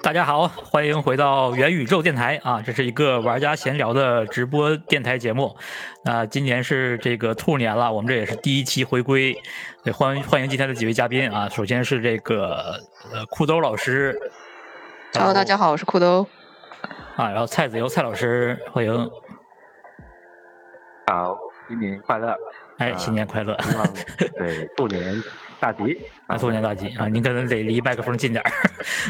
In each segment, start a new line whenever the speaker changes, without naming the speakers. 大家好，欢迎回到元宇宙电台啊！这是一个玩家闲聊的直播电台节目。那、今年是这个兔年了，我们这也是第一期回归，对欢迎欢迎今天的几位嘉宾啊！首先是这个呃酷兜老师
Hello，大家好，我是酷兜。
啊，然后蔡子游蔡老师，欢迎，
好，新年快乐！
哎，
啊
新年快乐！
希望对兔年大吉
啊，兔年大吉啊！您可能得离麦克风近点儿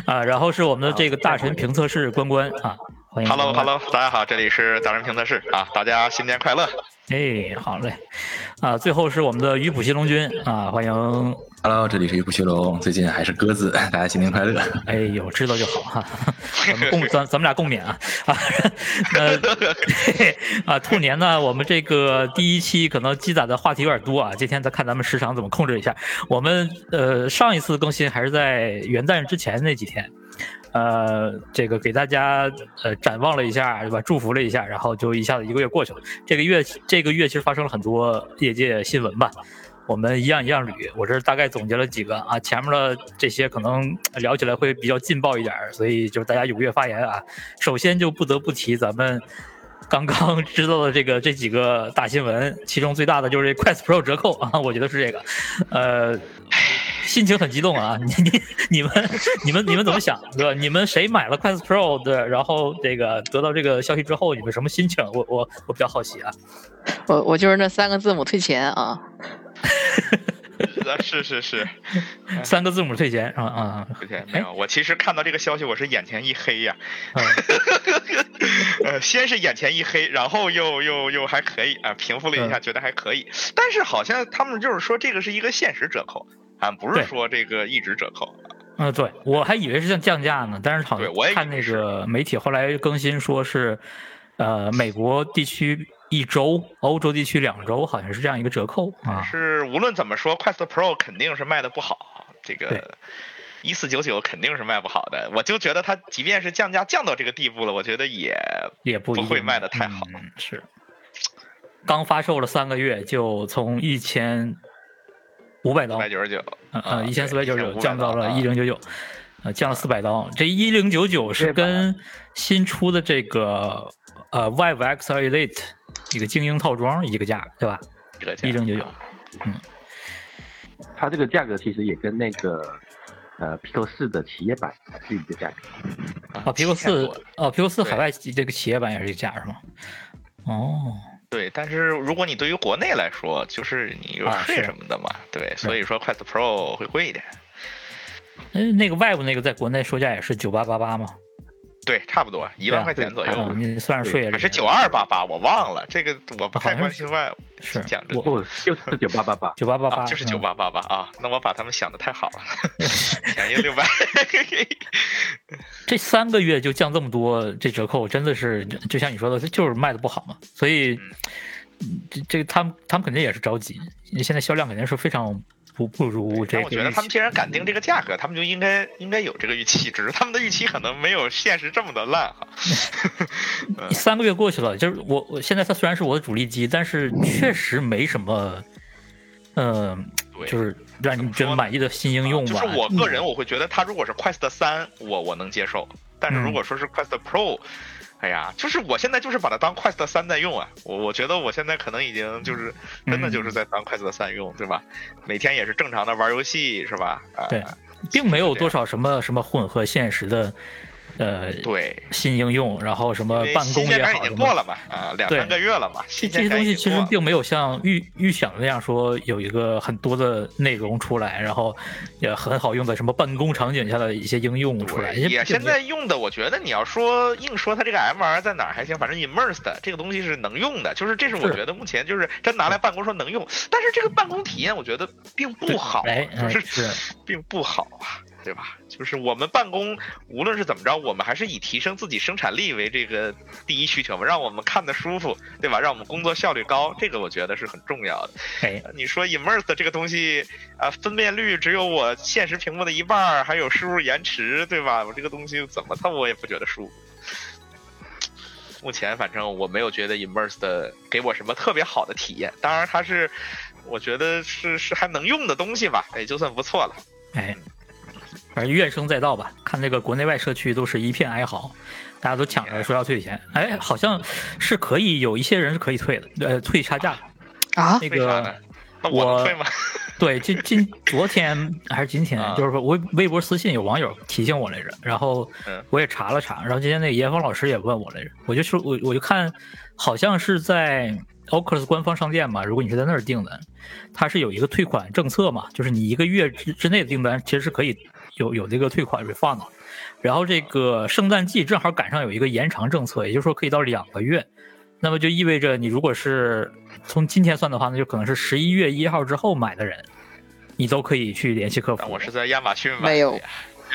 啊。然后是哎我们的这个大神评测室关关啊，欢迎
h e
关
l l
关
o h e l l o 大家好，这里是达人评测室啊，大家新年快乐！
哎，好嘞，啊，最后是我们的鱼捕新龙君啊，欢迎，
Hello，这里是不修龙，最近还是鸽子， 大家新年快乐。
哎呦，知道就好哈， 咱们共咱咱们俩共勉啊 啊，呃，嘿 啊，兔年呢，我们这个第一期可能积攒的话题有点多啊，今天再看咱们时长怎么控制一下。我们呃上一次更新还是在元旦之前那几天，呃，这个给大家呃展望了一下，对吧？祝福了一下，然后就一下子一个月过去了。这个月这个月其实发生了很多业界新闻吧。我们一样一样捋，我这儿大概总结了几个啊，前面的这些可能聊起来会比较劲爆一点儿，所以就是大家踊跃发言啊。首先就不得不提咱们刚刚 知道的这个这几个大新闻，其中最大的就是这 Quest Pro 折扣啊，我觉得是这个，呃，心情很激动啊！你你你们你们你们怎么想对吧？你们谁买了 Quest Pro 的？然后这个得到这个消息之后，你们什么心情？我我我比较好奇啊。
我我就是那三个字母退钱啊，
是是是，
三个字母退钱啊啊
不对，没有，我其实看到这个消息，我是眼前一黑呀、
啊！
呃，先是眼前一黑，然后又又又还可以啊、平复了
嗯
一下，觉得还可以，但是好像他们就是说这个是一个限时折扣啊，不
对
是说这个一直折扣。
嗯，对，我还以为是像降价呢，但是好像
对我也以为
看那个媒体后来更新说是，呃，美国地区一周，欧洲地区两周，好像是这样一个折扣啊。
是无论怎么说，Quest Pro 肯定是卖的不好，这
对
个一四九九肯定是卖不好的。我就觉得它即便是降价降到这个地步了，我觉得也
也不一定
不会卖得太好
嗯是，刚发售了三个月，就从一千五百刀
五百，九十九，
呃，一
对
千四百九十九
1500
降到了
刀啊
一零九九，呃，降了四百刀。这一零九九是
对
啊
吧
跟新出的这个呃 Vive X Elite 一个精英套装一个价，对吧？
这个价啊
一零九九，
它这个价格其实也跟那个呃 p i c o 四的企业版是一个价格。
啊，P Q 四
欠妥
哦，P Q 四
对
海外这个企业版也是这价是吗？哦，
对，但是如果你对于国内来说，就是你有
啊是
税什么的嘛，对，所以说 Quest Pro 会贵一点。
哎，那个外部那个在国内售价也是九八八八嘛，
对，差不多一
对啊
万块钱左
对
啊，
右，
你算上税也
还
是
是九二八八，我忘了这个，我不
好
太
像
关
是
心外
是
讲真
我
不，就是九八八八。
九八八八，
啊，就是
嗯
九八八八啊。那我把他们想的太好了， 便宜六百。
这三个月就降这么多，这折扣真的是就就像你说的，就是卖的不好嘛。所以，嗯这这他们他们肯定也是着急，因为现在销量肯定是非常不不如这
但
个
我
预期。
觉得他们既然敢定这个价格，他们就应该应该有这个预期，只是他们的预期可能没有现实这么的烂哈。
三个月过去了，就是我我现在它虽然是我的主力机，但是确实没什么，嗯、
对，啊
就是让你觉得满意的新应用嗯
就
吧。
是我个人，我会觉得它如果是 Quest 三，我我能接受，但是
嗯
如果说是 Quest Pro，、哎呀，就是我现在就是把它当 Quest 三在用啊，我我觉得我现在可能已经就是
嗯
真的就是在当 Quest 三用，对吧？每天也是正常的玩游戏，是吧？啊、
对并没有多少什么什么混合现实的，呃，
对，
新应用，然后什
因
么
为
呃办公
新鲜
也
感已
好，
经
什
过
么
了嘛，啊，两
对
三个月了嘛，
这
新
这
鲜
些
感
东
已
西
经
其
过
实
了。
并没有像预预想的那样说有一个很多的内容出来，然后也很好用的什么办公场景下的一些应用出来。
对
也
也现在用的，我觉得你要说硬说它这个 MR 在哪儿还行，反正 immersed 这个东西是能用的，就是这是我
是
觉得目前就是真拿来办公说能用，但是这个办公体验我觉得并不好，
哎哎
就是并不好啊，对吧？就是我们办公无论是怎么着，我们还是以提升自己生产力为这个第一需求嘛，让我们看得舒服，对吧？让我们工作效率高，这个我觉得是很重要的。
哎
你说 immersed 这个东西，啊，分辨率只有我现实屏幕的一半儿，还有输入延迟，对吧？我这个东西怎么它我也不觉得舒服。目前反正我没有觉得 immersed 给我什么特别好的体验，当然它是，我觉得是是还能用的东西吧，也就算不错了。
哎，反正怨声载道吧。看那个国内外社区都是一片哀嚎，大家都抢着说要退钱。哎，好像是可以有一些人是可以退的，呃，退差价的。
啊，
那
为啥
个
呢？那我
我
能退吗？
对，今今昨天还是今天
啊，
就是说微微博私信有网友提醒我来着，然后
嗯
我也查了查，然后今天那个严峰老师也问我来着，我就说我我就看好像是在 Oculus 官方商店嘛，如果你是在那儿订的，它是有一个退款政策嘛，就是你一个月之之内的订单其实是可以有有这个退款 refund 的。然后这个圣诞季正好赶上有一个延长政策，也就是说可以到两个月，那么就意味着你如果是从今天算的话，那就可能是十一月一号之后买的人，你都可以去联系客服。
那啊我是在亚马逊买的
没有
呀，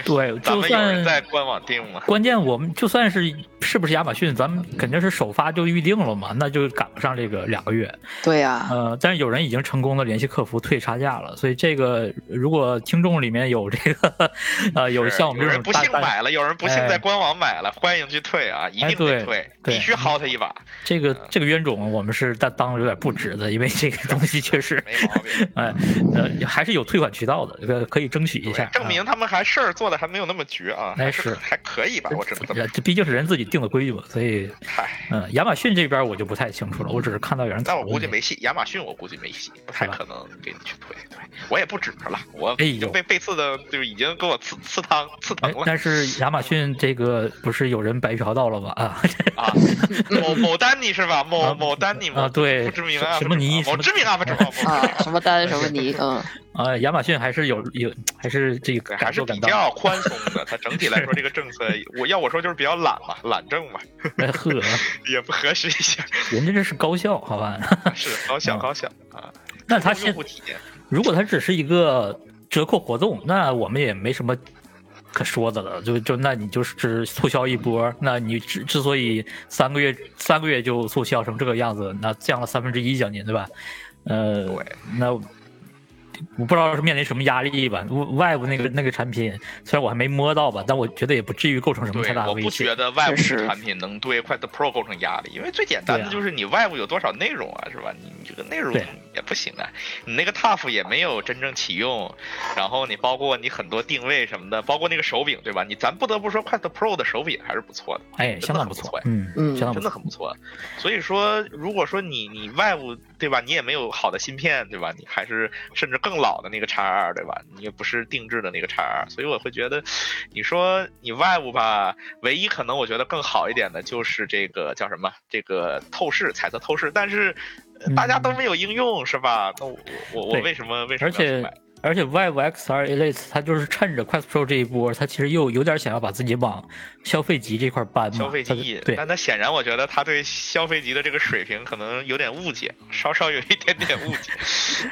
对，
咱
就
们有人
算
在官网订吗？
关键我们就算是是不是亚马逊，咱们肯定是首发就预定了嘛，那就赶不上这个两个月。
对啊呀，
呃，但是有人已经成功的联系客服退差价了，所以这个如果听众里面有这个 呃有
是
像我们
有
这
人
种
不
大
幸
大
买了，有人不幸
哎
在官网买了，欢迎去退啊，一
哎
定
对
得退，
对
必须薅他一把，
这个这个冤种，我们是当当的有点不值的，因为这个东西确实。
没毛病。
哎，呃，还是有退款渠道的，这个可以争取一
对
下，啊
证明他们还事儿做的还没有那么绝啊，
哎
还
是
还可以吧，我只能这么
呃这毕竟是人自己定的规矩嘛，所以，
嗨。
嗯，亚马逊这边我就不太清楚了，我只是看到有人
那
讨
我
论
估计
这
没戏，亚马逊我估计没戏，不
嗯
太
是吧
可能给你去退。对，我也不指着了，我
哎
已
呦
经被被刺的，就已经给我刺刺疼刺疼
哎，
了
但是亚马逊这个不是有人白嫖到了吗？啊
啊！ 某某丹尼是吧？
啊
某某丹尼
啊，
某
对
不知名
什
啊，
什么尼
不知某
什么
知名啊，不知名 某
啊，什么丹什么 泥，嗯，
啊，亚马逊还是有有还是这个感
对，还是
受
比
感到，
较宽松的。它整体来说，这个政策，我要我说就是比较懒嘛，懒政嘛，
哎呵，
也不核实 一下。
人家这是高效，好吧？
是高效
嗯
高效啊！
那他
用
现
户体啊验，
如果它只是一个折扣活动，那我们也没什么可说的了。就就那你就是促销一波，那你之之所以三个月三个月就促销成这个样子，那降了三分之一将近，对吧？呃，
对
那我不知道是面临什么压力吧。外部那个那个产品，虽然我还没摸到吧，但我觉得也不至于构成什么太
对，
大的
我
威
不
胁
觉。得外部
确实
产品能对快的 Pro 构成压力，因为最简单
对啊
的就是你外部有多少内容啊，是吧？你你这个内容
对
也不行啊，你那个 TUF 也没有真正启用，然后你包括你很多定位什么的，包括那个手柄，对吧？你咱不得不说，快的 Pro 的手柄还是不错的，
哎，相当不
真
错
的很不错，
嗯
嗯
相当不错
真的。很不错。所以说，如果说你你外部对吧，你也没有好的芯片对吧？你还是甚至更老的那个叉二对吧？你也不是定制的那个叉二，所以我会觉得，你说你外部吧，唯一可能我觉得更好一点的就是这个叫什么这个透视彩色透视，但是。呃
嗯
大家都没有应用是吧？那我我我
对
为什么为什
而
么要去
且
买？
而且 Vive XR Elite 它就是趁着 Quest Pro 这一波，它其实又有点想要把自己往消费级这块搬嘛。
消费
嗯它
级
就
引，
对
但他显然我觉得他对消费级的这个水平可能有点误解，稍稍有一点点误解。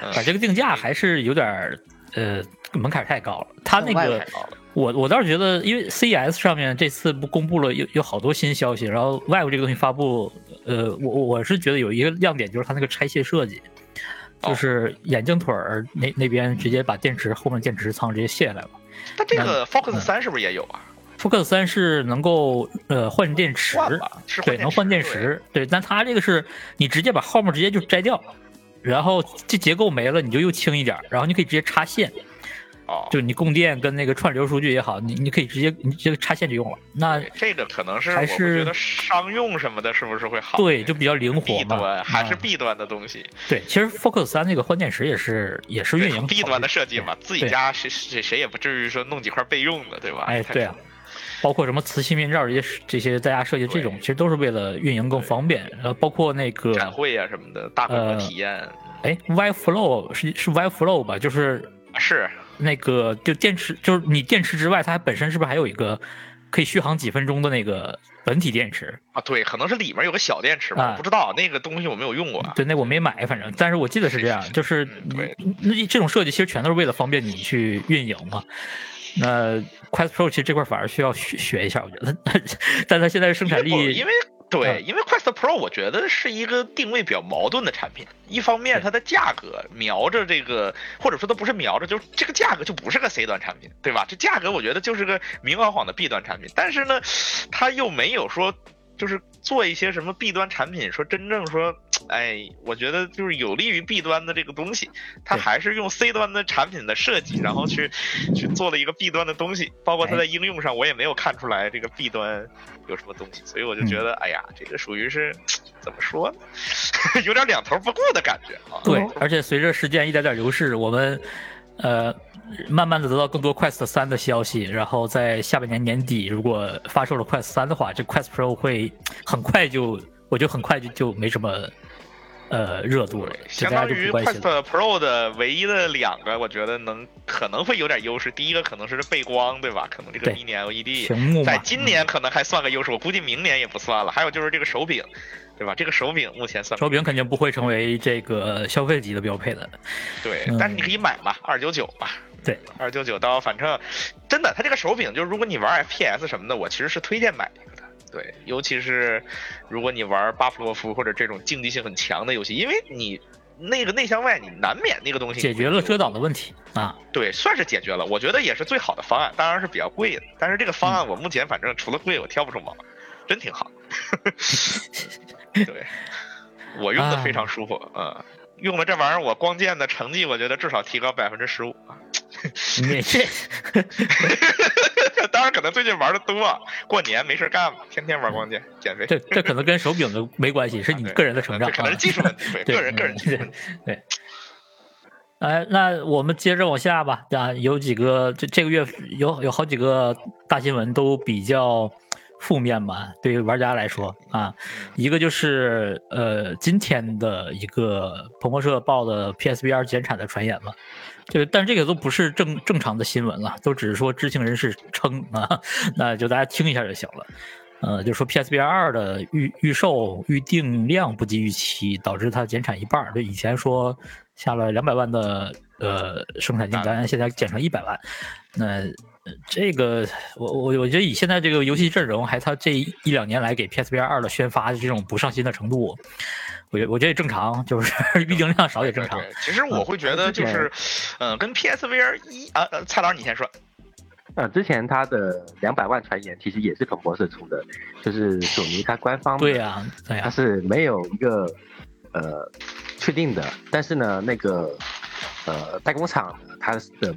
嗯
把这个定价还是有点儿呃门槛太高了。它那
门
个
槛
太高了
我我倒是觉得，因为 CES 上面这次不公布了有有好多新消息，然后 Vive 这个东西发布，呃，我我我是觉得有一个亮点就是它那个拆卸设计，
哦
就是眼镜腿儿那那边直接把电池后面电池仓直接卸下来了。
但这
那
个 Focus 三是不是也有啊？
Focus 三是能够呃换电池，
换吧，是
对，能换电。池，对，但它这个是你直接把号码直接就摘掉，然后这结构没了，你就又轻一点儿，然后你可以直接插线，
对哦，
就你供电跟那个串流数据也好，你你可以直接你直接插线就用了，那
这个可能是
还
我
是
会觉得商用什么的，是不是会好？
对就比较灵活
弊
嘛，
端还是
啊
弊端的东西，
对，其实 Focus 三那个换电池也是也是运
对
营
弊
考
端
虑
的设计嘛，自己
对
家谁谁谁也不至于说弄几块备用的，对吧？
哎，
太
对啊，包括什么磁吸面罩这些这些大家设计这种，
对
其实都是为了运营更方便，呃，包括那个
展会啊什么的，大规模
呃
体验
哎 Y Flow 是是 Y Flow 吧，就是
啊是
那个就电池，就是你电池之外，它本身是不是还有一个可以续航几分钟的那个本体电池？
啊，对，可能是里面有个小电池吧，
啊
我不知道那个东西我没有用过啊。
对，那我没买，反正，但是我记得是这样，就是
嗯对
那这种设计其实全都是为了方便你去运营嘛。那 Quest Pro 其实这块反而需要学学一下，我觉得， 但它现在生产
因为我
力，嗯
因为对，因为 Quest Pro 我觉得是一个定位比较矛盾的产品。一方面，它的价格瞄着这个，或者说它不是瞄着，就是这个价格就不是个 C 端产品，对吧？这价格我觉得就是个明晃晃的 B 端产品。但是呢，它又没有说。就是做一些什么弊端产品，说真正说，哎，我觉得就是有利于 B 端的这个东西，它
对
还是用 C 端的产品的设计，然后去去做了一个 B 端的东西，包括它
哎
在应用上，我也没有看出来这个 B 端有什么东西，所以我就
嗯
觉得，哎呀，这个属于是怎么说呢， 有点两头不顾的感觉啊。
对，而且随着时间一点点流逝，我们呃慢慢的得到更多 Quest 三的消息，然后在下半年年底如果发售了 Quest 三的话，这 Quest Pro 会很快就，我觉得很快就就没什么呃热度了，就
相
大家
当
就
于
不关心了。
Quest Pro 的唯一的两个，我觉得能可能会有点优势。第一个可能是背光，对吧？可能这个
对
Mini LED
屏幕嘛
在，今年可能还算个优势，我估计明年也不算了。还有就是这个手柄，对吧？这个手柄目前算
手柄肯定不会成为这个消费级的标配的。
对
嗯，
但是你可以买嘛，二九九嘛。
对，
二九九刀，反正真的，它这个手柄就是如果你玩 FPS 什么的，我其实是推荐买一个的。对，尤其是如果你玩巴甫洛夫或者这种竞技性很强的游戏，因为你那个内向外，你难免那个东西
解决了遮挡的问题啊，
对，算是解决了，我觉得也是最好的方案，当然是比较贵的，但是这个方
嗯
案我目前反正除了贵，我挑不出毛病，真挺好。 对，我用的非常舒服，嗯，用了这玩意儿，我光剑的成绩我觉得至少提高百分之十五。
你这
当然，可能最近玩的多啊，过年没事干嘛，天天玩光剑减肥。
这这可能跟手柄的没关系，是你
对
个人的成长
这 可
啊
能是。技术问题，对
对
个人个人技术问题。
哎，那我们接着往下吧。啊，有几个这这个月有有好几个大新闻都比较负面吧，对于玩家来说啊，
嗯
一个就是呃今天的一个彭博社报的 PSVR 减产的传言嘛，就是但这个都不是正正常的新闻了，都只是说知情人士称啊，那就大家听一下就行了。呃，就说 PSVR 二的预预售预定量不及预期，导致它减产一半儿。就以前说下了两百万的呃生产订单，现在减成一百万。那、呃这个我我我觉得以现在这个游戏阵容，还它这一两年来给 PSVR 二的宣发这种不上心的程度，我觉得我觉得也正常，就是 预定量少也正常嗯
对。，其实我会觉得就是，嗯，跟 PSVR 一啊，呃蔡老师你先说，
呃，之前他的两百万传言其实也是彭博社出的，就是索尼它官方
对呀、对啊呀、
它是没有一个呃确定的，但是呢，那个呃代工厂呢它的呃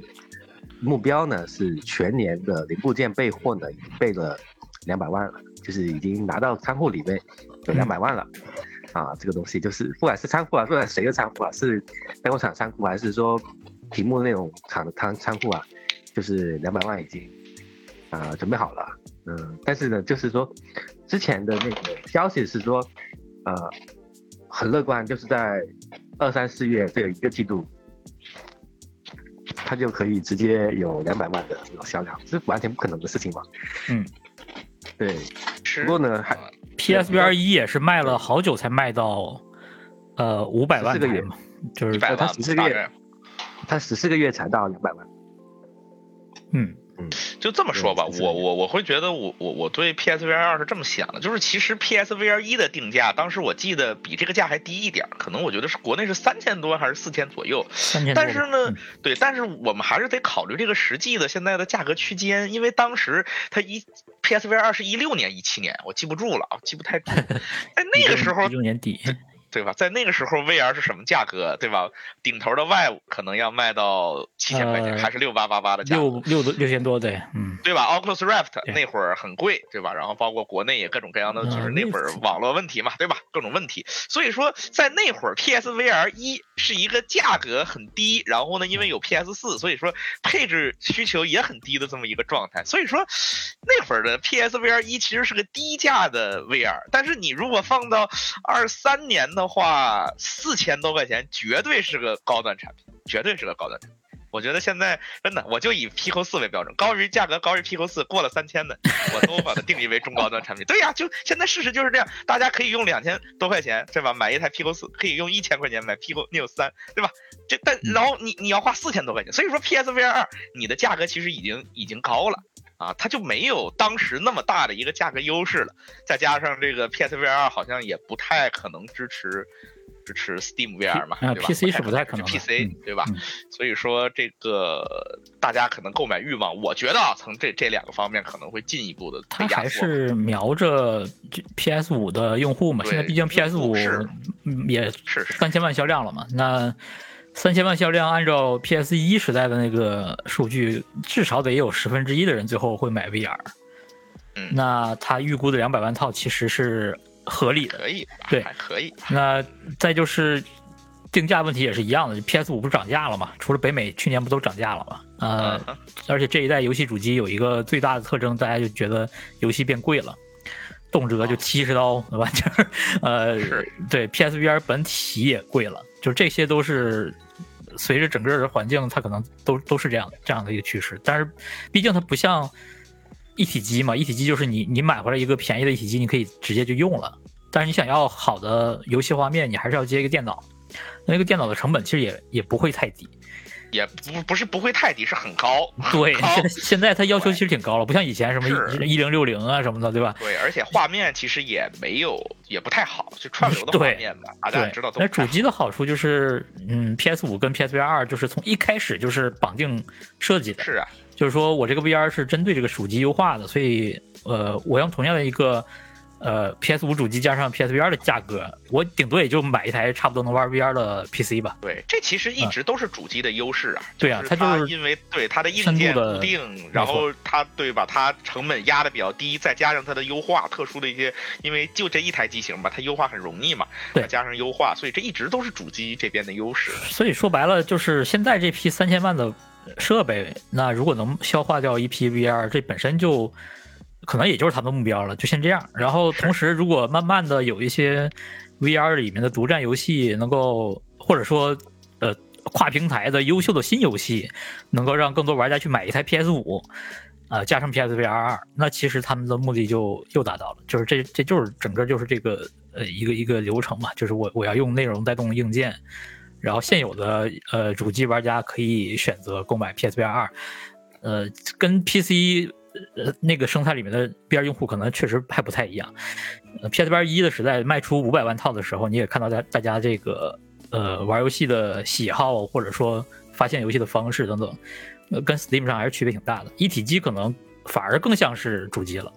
目标呢是全年的零部件备货呢已经备了两百万了，就是已经拿到仓库里面有两百万了。啊，这个东西就是不管是仓库啊，不管谁的仓库啊，是代工厂仓库还是说屏幕那种厂的仓仓库啊，就是两百万已经啊、准备好了。嗯，但是呢，就是说之前的那个消息是说，呃，很乐观，就是在二三四月这个一个季度，它就可以直接有两百万的这种销量，这是完全不可能的事情嘛。
嗯，
对。
是
不过呢，还
PSVR 一也是卖了好久才卖到呃五百万
14个
台
月
嘛，就
一
是
百
它
万
只是
大
个
概
它十四个月才到两百万。
嗯。
就这么说吧，
对
我我我会觉得我我我对 PSVR 二是这么想的，就是其实 PSVR 一的定价，当时我记得比这个价还低一点儿，可能我觉得是国内是三千多还是四千左右，
三千多吧
但是呢
嗯，
对，但是我们还是得考虑这个实际的现在的价格区间，因为当时它一 PSVR 二是一六年一七年，我记不住了啊，记不太住，在那个时候
一六年底，
对吧？在那个时候，VR 是什么价格，对吧？顶头的 Y 可能要卖到七千块钱，
呃
还是六八八八的价格，
六六多六千多对，嗯，
对吧？Oculus Rift
对
那会儿很贵，对吧？然后包括国内也各种各样的，
嗯
就是那会儿
那
网络问题嘛，对吧？各种问题。所以说，在那会儿 PSVR 一是一个价格很低，然后呢，因为有 PS 四，所以说配置需求也很低的这么一个状态。所以说，那会儿的 PSVR 一其实是个低价的 VR，但是你如果放到二三年的话，四千多块钱绝对是个高端产品，绝对是个高端产品。我觉得现在真的，我就以 Pico 四为标准，高于价格高于 Pico 四过了三千的，我都把它定义为中高端产品。对呀、就现在事实就是这样，大家可以用两千多块钱，对吧？买一台 Pico 四，可以用一千块钱买 Pico Neo 三，对吧？这但然后你你要花四千多块钱，所以说 PSVR 二你的价格其实已经已经高了。啊，它就没有当时那么大的一个价格优势了，再加上这个 PSVR 二好像也不太可能支持支持 Steam VR 嘛，
啊
对吧
PC 是不太可能的
是 PC
嗯
对吧？
嗯
所以说这个大家可能购买欲望，我觉得啊，从这这两个方面可能会进一步的
它
压
还
缩。
是瞄着 PS 五的用户嘛，
对
现在毕竟 PS 五嗯
是
也
是是
三千万销量了嘛，那三千万销量按照 PS 一时代的那个数据，至少得有十分之一的人最后会买 VR。
嗯
那他预估的两百万套其实是合理的。
可以吧，
对
还可以。
那再就是定价问题也是一样的，PS 五不是涨价了嘛？除了北美，去年不都涨价了嘛？呃，
嗯，
而且这一代游戏主机有一个最大的特征，大家就觉得游戏变贵了，动辄就七十刀，对吧？就是呃
是，
对 PSVR 本体也贵了，就这些都是随着整个的环境，它可能都都是这样这样的一个趋势。但是，毕竟它不像一体机嘛，一体机就是你你买回来一个便宜的一体机，你可以直接就用了。但是你想要好的游戏画面，你还是要接一个电脑，那个电脑的成本其实也也不会太低。
也不不是不会太低，是很高。
对，
高
现现在它要求其实挺高了，不像以前什么
是
一零六零啊什么的，对吧？
对，而且画面其实也没有，也不太好，就串流的画
对
面吧，大家
对
知道，都
那
不太
主机的好处就是，嗯，PS 五跟 PSVR 二就是从一开始就是绑定设计的，
是啊，
就是说我这个 VR 是针对这个主机优化的，所以呃，我用同样的一个呃 PS 五主机加上 PSVR 的价格，我顶多也就买一台差不多能玩 VR 的 PC 吧。
对，这其实一直都是主机的优势啊。
嗯对啊
就
它
它
就是
因为对它的硬
深度
件
的
固定，然
没错
后它对吧，它成本压的比较低，再加上它的优化，特殊的一些，因为就这一台机型吧，它优化很容易嘛，
对
再加上优化，所以这一直都是主机这边的优势。
所以说白了，就是现在这批三千万的设备，那如果能消化掉一批 VR，这本身就可能也就是他们的目标了，就先这样。然后同时，如果慢慢的有一些 VR 里面的独占游戏能够，或者说呃跨平台的优秀的新游戏，能够让更多玩家去买一台 PS 五。啊、加上 PSVR 二，那其实他们的目的就又达到了，就是这这就是整个就是这个呃一个一个流程嘛，就是我我要用内容带动硬件，然后现有的呃主机玩家可以选择购买 PSVR 二，呃，跟 PC 呃那个生态里面的 VR 用户可能确实还不太一样。呃、PSVR 一的时代卖出五百万套的时候，你也看到大大家这个呃玩游戏的喜好，啊或者说发现游戏的方式等等，呃，跟 Steam 上还是区别挺大的。一体机可能反而更像是主机了。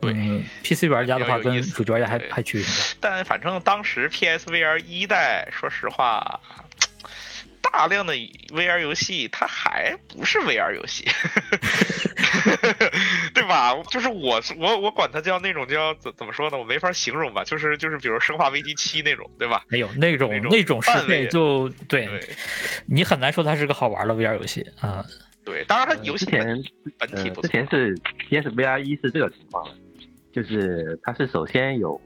对
嗯，PC 玩家的话
比较有
跟
意思
主机玩家还
对
还区别挺大。
但反正当时 PSVR 一代，说实话。大量的 VR 游戏，它还不是 VR 游戏， 对吧？就是我我我管它叫那种叫怎怎么说呢？我没法形容吧，就是就是比如《生化危机七》那种，对吧？
没有那种
那种
那种适
范
配
围
就对
对
你很难说它是个好玩的 VR 游戏啊、
对，当然它游
嗯之
戏
前
本本体
呃，
不
之
错，
前是 PSVR 一是这个情况的，就是它是首先有，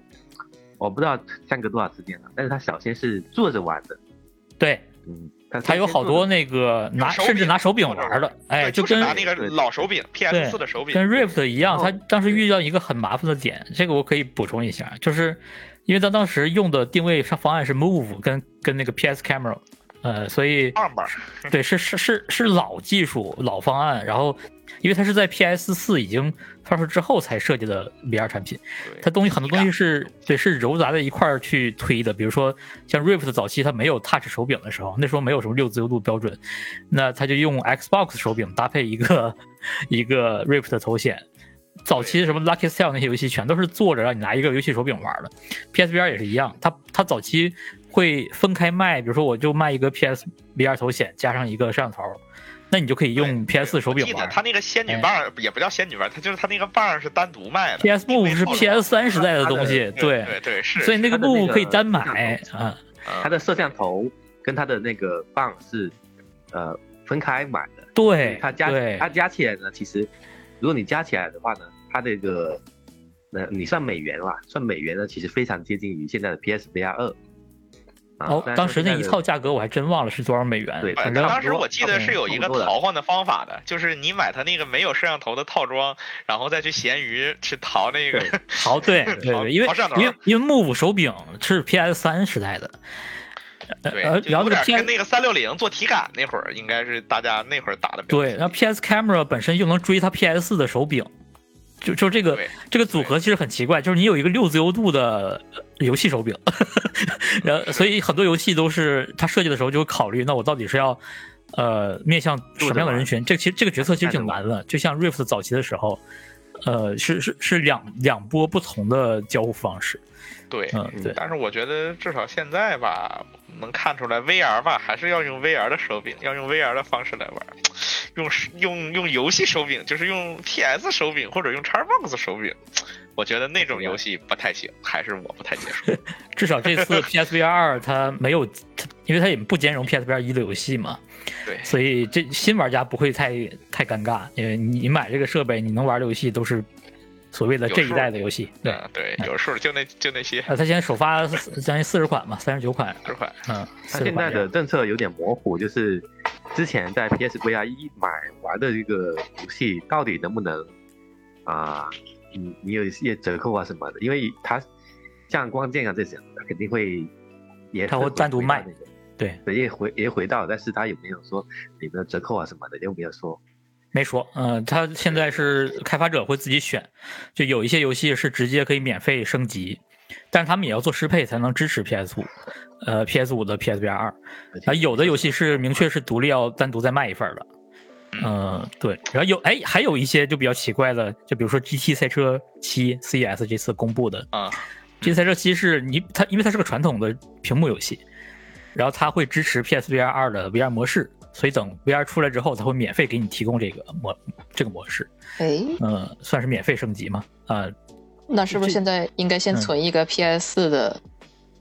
我不知道相隔多少时间了，但是它首先是坐着玩的，
对，
嗯，它
它有好多那个拿
手
甚至
柄
拿手柄
或者
玩的，哎，
对就
跟
是拿那个老手柄 PS 四的手柄，
跟 Rift 一样，
哦
它当时遇到一个很麻烦的点，这个我可以补充一下，就是因为它当时用的定位上方案是 Move 跟跟那个 PS Camera，呃，所以
二板
对，是是是是老技术、老方案，然后因为它是在 PS 四已经发售之后才设计的 VR 产品，它东西很多东西是对是揉杂在一块儿去推的，比如说像 Rift 早期它没有 Touch 手柄的时候，那时候没有什么六自由度标准，那它就用 Xbox 手柄搭配一个 一个 Rift 的头显。早期什么 Lucky Cell 那些游戏全都是坐着让你拿一个游戏手柄玩的，PSVR 也是一样，它它早期会分开卖，比如说我就卖一个 PSVR 头显加上一个摄像头，那你就可以用 PS 手柄
记得
玩。哎
它那个仙女棒也不叫仙女棒，它就是它那个棒是单独卖的
PS
因为
Move 是
套路
PS 三时代的东西，
对对对是，嗯
所以那个
它的那
Move
个
可以单买啊。
它的摄像头跟它的那个棒是呃分开买的，
对，
它加
对
它加起来呢，其实如果你加起来的话呢，它这个呃你算美元啦，算美元呢，其实非常接近于现在的 PSVR 二。啊
哦
虽然说，
当时那
现在
一
的
套价格我还真忘了是多少美元。
对
反
呃，
正
当时我记得是有一
差
个
不多的
淘换的方法的，就是你买它那个没有摄像头的套装，然后再去闲鱼去淘那个。
好， 对对
好
对，因为
好上头
因为因为 Move 手柄是 PS 三时代的，
对
呃，
就
然后
有
那
点
个 PS
跟那个三六零做体感那会儿，应该是大家那会儿打的比较
对，然后 PS Camera 本身又能追它 PS 四的手柄，就就这个
对
这个组合其实很奇怪，就是你有一个六自由度的呃游戏手柄， 然后所以很多游戏都是它设计的时候就会考虑，那我到底是要呃面向什么样的人群？这个其实这个决策其实挺难的，就像 Rift 早期的时候，呃，是是是两两波不同的交互方式，
对，
嗯，对，
但是我觉得至少现在吧，能看出来 VR 吧，还是要用 VR 的手柄，要用 VR 的方式来玩，用用用游戏手柄，就是用 PS 手柄或者用 Xbox 手柄，我觉得那种游戏不太行，还是我不太接 受。
至少这次 PSVR 二它没有，它因为它也不兼容 PSVR 一的游戏嘛，
对
所以这新玩家不会太太尴尬，因为你买这个设备，你能玩的游戏都是所谓的这一代的游戏。对，
嗯，对，有数就那就那些
呃，它现在首发将近四十款嘛，三十九款，
这款，
嗯，
它
四十
现在
款这
的
样。
政策有点模糊，就是之前在 PSVR 一买完的这个游戏到底能不能啊、你你有一些折扣啊什么的，因为它像光剑啊这些，它肯定会也
它会单独卖
回到那个，
对，
对，也回也回到，但是它有没有说有没有折扣啊什么的，有没有说？
没说，嗯、它现在是开发者会自己选，就有一些游戏是直接可以免费升级，但是他们也要做适配才能支持 PS 五，呃，PS 五的 PSVR 二。
而且
啊，有的游戏是明确是独立要单独再卖一份儿的。嗯、对，然后有哎，还有一些就比较奇怪的，就比如说 GT 赛车七 CES 这次公布的
啊
，GT 赛车七是你它，因为它是个传统的屏幕游戏，然后它会支持 PSVR 二的 VR 模式，所以等 VR 出来之后，它会免费给你提供这个模这个模式，
哎，
嗯、算是免费升级嘛，啊、
那是不是
这
现在应该先
嗯
存一个 PS 四的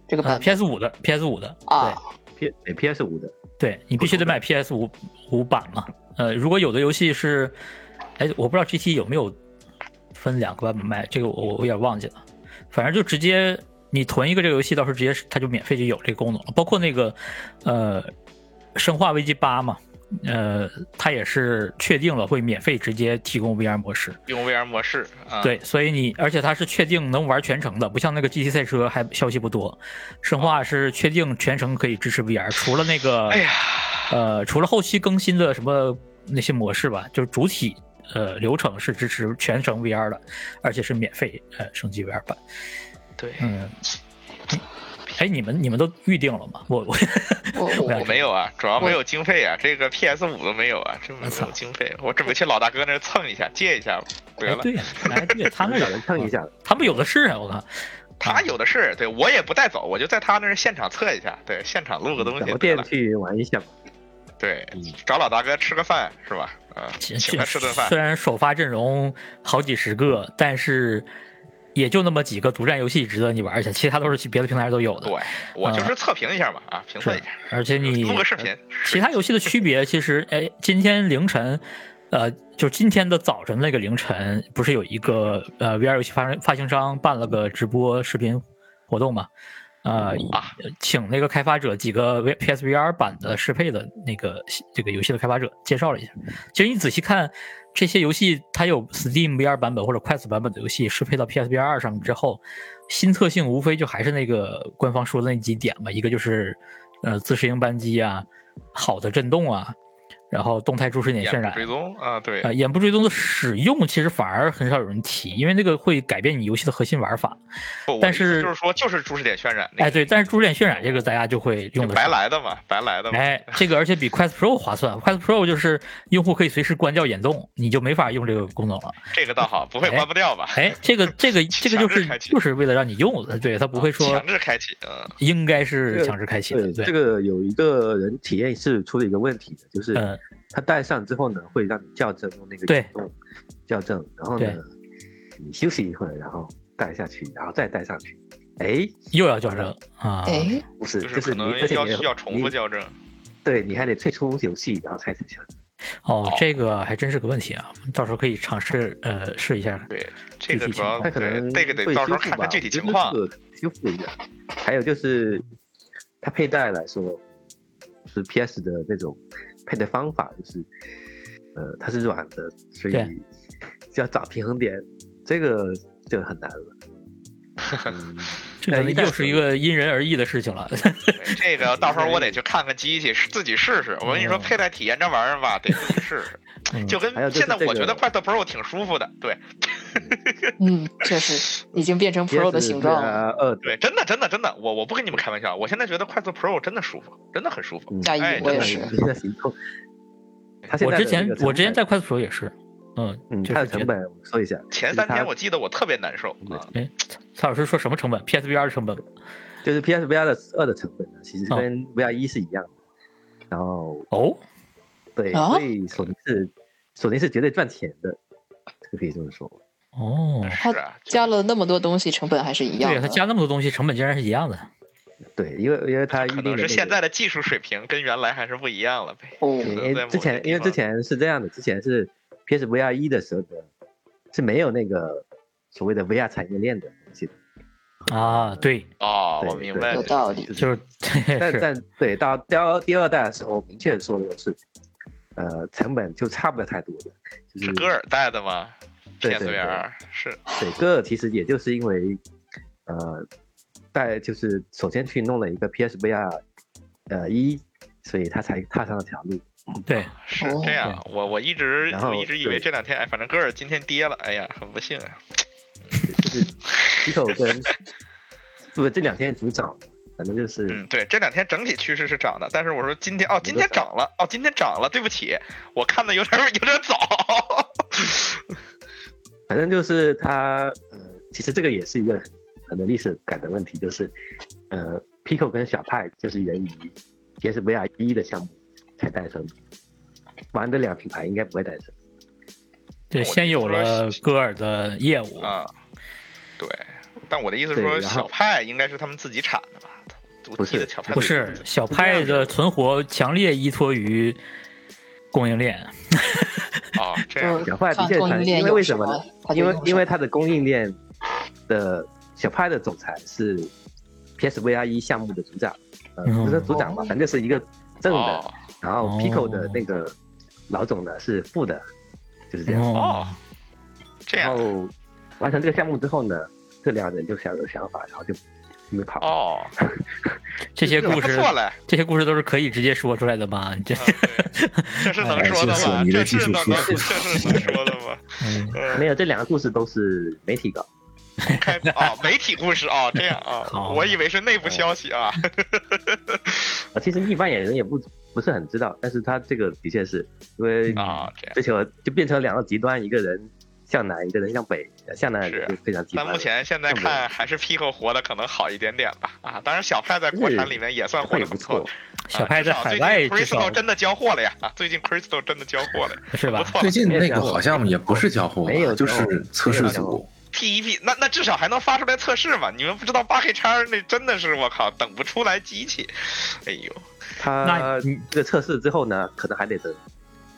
这个版本
啊 p s 五的 PS 五的
啊？
P 哎 PS 五的，
对你必须得买 PS 五五版嘛。呃，如果有的游戏是，哎，我不知道 GT 有没有分两个版本卖，这个我我有点忘记了。反正就直接你囤一个这个游戏，到时候直接它就免费就有这个功能了。包括那个呃，《生化危机八》嘛，呃，它也是确定了会免费直接提供 VR 模式。
用 VR 模式啊，，
对，所以你而且它是确定能玩全程的，不像那个 GT 赛车还消息不多，生化是确定全程可以支持 VR，除了那个
哎呀，
呃，除了后期更新的什么那些模式吧，就是主体呃流程是支持全程 VR 的，而且是免费呃升级 VR 版。
对
嗯，哎，你们你们都预定了吗？我我
我我
我没有啊，主要没有经费啊，这个 PS 五都没有啊，这没
我操
有经费，我准备去老大哥那儿蹭一下，借一下吧
哎
得了。
对呀，哎对呀，他们
找人蹭一，下，
他们有的是啊，我靠，
他有的是，对我也不带走，我就在他那儿现场测一下，对，现场录个东西
找个
得
店
了，
去玩一下嘛。
对
嗯，
找老大哥吃个饭是吧？啊、
这
请他吃顿饭
虽，然首发阵容好几十个，但是也就那么几个独占游戏值得你玩一下，其他都是别的平台都有的。
对，我就是测评一下嘛，啊，评测一下，
而且你
录个视频，
其他游戏的区别其实，哎，今天凌晨，呃，就今天的早晨那个凌晨，不是有一个呃 VR 游戏发发行商办了个直播视频活动嘛？呃，
啊
请那个开发者几个 V- PSVR 版的适配的那个这个游戏的开发者介绍了一下。其实你仔细看这些游戏，它有 Steam VR 版本或者快速版本的游戏适配到 PSVR 二上之后，新特性无非就还是那个官方说的那几点嘛，一个就是呃自适应扳机啊，好的震动啊，然后动态注视点渲
眼部
染
追踪啊，对，
呃，眼部追踪的使用其实反而很少有人提，因为那个会改变你游戏的核心玩法。
不我
但
意思
是
就是说就是注视点渲染，那
哎，
个
对，但是主点渲染这个大家就会用的
白来的嘛，白来的嘛，
哎，这个而且比 Quest Pro 划算，Quest Pro 就是用户可以随时关掉眼动，你就没法用这个功能了。
这个倒好，不会
哎
关不掉吧？
哎，这个这个这个就
强制
是
开启
就是为了让你用的，对，它不会说
强制开启，嗯，
应该是强制开启的，
对，这
对，
个有一个人体验是出了一个问题的，就是
嗯，
它戴上之后呢，会让你校正用那个
对
启动校正，然后
对
呢，你休息一会儿，然后戴下去，然后再戴上去。哎，
又要矫正啊，
哎，
不是，
就
就是是
可
你，
能
而且
要
你
要重复校正，
你对，你还得退出游戏，然后才能校正。
哦，这个还真是个问题啊，到时候可以尝试呃试一
哎
下。
对，这个
具体
主要
情
它
对
可能
这个得
会
到时候
修复
看
吧
看具体
我觉得
情况
这，个修复一下。还有就是，它佩戴来说，是 PS 的那种配的方法，就是呃，它是软的，所以
对
就要找平衡点，这个就很难了。 嗯
这个
哎一代
又是一个因人而异的事情了，
对这个到时候我得去看看机器，自己试试。我跟你说，
嗯
佩 戴体验这玩意儿吧，得自己试试。
嗯
就跟
还有就是
现在，
这
我
个
觉得快 u e Pro 挺舒服的，对，
嗯，确实已经变成 Pro 的形状了。
呃，
对，真的真的真的，我我不跟你们开玩笑，我现在觉得快速 Pro 真的舒服，真的很舒服。
嗯
加一
哎
我也
真的
是，
它的行动，它现
我
在的
之前
那个
我之前
成
在
本，
快速手也是，嗯，
嗯，
就
它
是
的
觉
成
得
本我说一下，就
前
是
三
它
天我记得我特别难受
对
啊，
蔡老师说什么成本？PSVR 的成本
就是 PS VR 的二的成本呢，其实
哦
跟 VR 一是一样的。然后
哦，
对，
啊
所以索尼是索尼是绝对赚钱的，这可以这么说。
哦，
是啊，
加了那么多东西，成本还是一样啊
对，他
的。
加那么多东西，成本竟然是一样的。
对，因为因为它预
可
定
能
的
是
那
现
个
在的技术水平跟原来还是不一样了呗。
哦，
对，
可能
因
在
为
某
之
些
前
地
因为之
方
前是这样的，之前是 PS VR 一的时候的，是没有那个所谓的 VR 产业链的东西的。
啊，对，
哦，
对
我明白
有
了，
道理。
就是
但
是，
但对到第二第二代的时候，明确地说的是，呃，成本就差不了太多的，就是
是戈尔带的吗
对对对哦
？PSVR 是
对，戈尔其实也就是因为，呃，带就是首先去弄了一个 PSVR，呃一，所以他才踏上了这条路。
对，
是
哦
这样，我我一直
然后
我一直以为
对
这两天，哎，反正戈尔今天跌了，哎呀，很不幸啊。
就是几口跟，不，这两天主涨，反正就是、
嗯，对，这两天整体趋势是涨的，但是我说今天哦，今
没
天
得涨
涨了，哦，今天涨了，对不起，我看的有点有点早。
反正就是他，呃，其实这个也是一个很有历史感的问题，就是，呃，Pico 跟小派就是源于 PSVR 一的项目才诞生的，玩的两品牌应该不会诞生。
对，先有了戈尔的业务，
啊，对，但我的意思是
对
说，
然后
小派应该是他们自己产的吧？我
不
记得
是
小派
不是小派的存活强烈依托于供应链，
哦，这 样
就
小派的
看
确
供
产，
应链
因为
有
为
什
什么呢
么？，它就
因为
用什
因为
么
它的供应链的小派的总裁是 PSVR 一 E 项目的组长，呃，
嗯
不是组
哦
长吧，反正是一个正的，
哦
然后 Pico 的
哦
那个老总呢是副的，就是这样。
哦
哦，，这
然
样
后完成这个项目之后呢，这两人就想有想法，然后就没跑。
哦，
这些故
不
事，
错嘞，
这些故事都是可以直接说出来的吗？这
啊，对，这是能说的
哎
吗？
是你
这
的
是
技术
能能
输
这
出
是能说的吗？
嗯，
嗯
没有，这两个故事都是媒体稿。
开啊，媒体故事啊，这样啊，
好
我以为是内部消息啊。
啊，其实一般演员也不不是很知道，但是他这个的确是因为
啊，这样。
追求就变成了两个极端，一个人向南，一个人向北。呃向南
是
就非常极
但
端了。
目前现在看还是 Pico 活的可能好一点点吧，啊，当然小派在国产里面也算活
会
得
不
错啊
错，，
小派在
至少
海
最
外
近
至少
Crystal 真的交货了呀，啊，最近 Crystal 真的交货了，
是吧
不？错
最近那个好像也不是交互吧
没有，交
就是测试组。
，PEP 那那至少还能发出来测试嘛，你们不知道八 K 叉那真的是我靠等不出来机器，哎呦，
那
他
你
这个测试之后呢，可能还得 等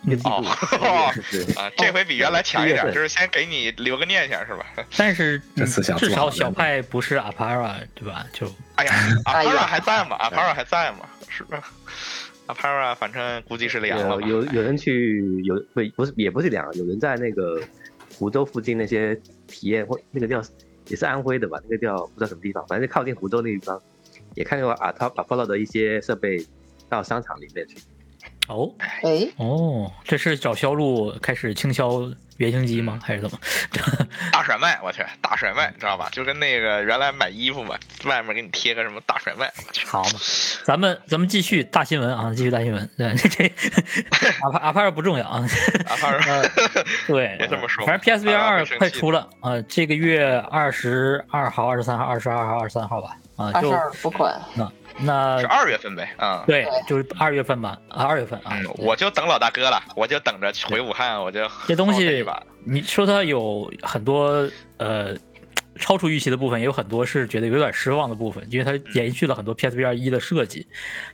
一个季度。
呃哦
就是
啊，这回比原来强一
哦
点，
对
就是先给你留个念想是吧？
但是
这次想
至
做
少
好
小
人
派不是 Apara 对吧？就
哎呀阿
哎
帕
呀
拉还在吗？阿帕拉还在吗？是吧？ 阿帕拉反正估计是凉了
有
吧？
呃有有人去有不不是也不是两个，有人在那个湖州附近那些体验或那个叫也是安徽的吧，那个叫不知道什么地方，反正就靠近湖州那地方，也看见过阿涛把 Polo 的一些设备到商场里面去。
哦
哎，
哦，这是找销路开始倾销原型机
嗯
吗？还是怎么？
大甩卖，我去，大甩卖，你知道吧？就跟那个原来买衣服嘛，外面给你贴个什么大甩卖，我去，
好嘛，咱们咱们继续大新闻啊，继续大新闻。对，这阿帕阿帕尔不重要 啊。
哪怕是
呃，对，
别这么说
反正 PSVR
阿帕尔
二
会生气的
快出了啊、呃这个月二十二号、二十三号、二十二号、二十三号吧啊、
二
就
十二付款，
那
是二月份呗，啊、嗯。
对，就是二月份吧啊，二月份啊。对
我就等老大哥了，我就等着去回武汉，我就
这东
薅他一
西
把，
你说它有很多呃超出预期的部分，也有很多是觉得有点失望的部分，因为它
嗯
延续了很多 PSVR 一的设计，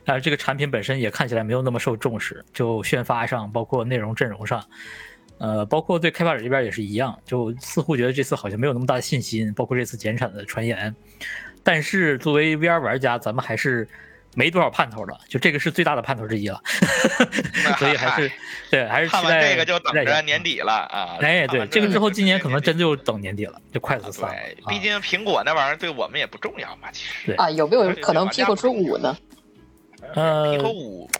但是这个产品本身也看起来没有那么受重视，就宣发上，包括内容阵容上。呃，包括对开发者这边也是一样，就似乎觉得这次好像没有那么大的信心，包括这次减产的传言。但是作为 VR 玩家，咱们还是没多少盼头了，就这个是最大的盼头之一了， 所以还是对，还是期
看完
待
这个就等
期待一下
着年底了啊！
哎，
看
对，
完
这个之后
就
今年可能
直接
真就等年底了，就快速
年底
散了。
对，
啊
毕竟苹果那玩意儿对我们也不重要嘛，其实
对。
啊，有没有可能 Pico 出五呢？
苹
呃，
果五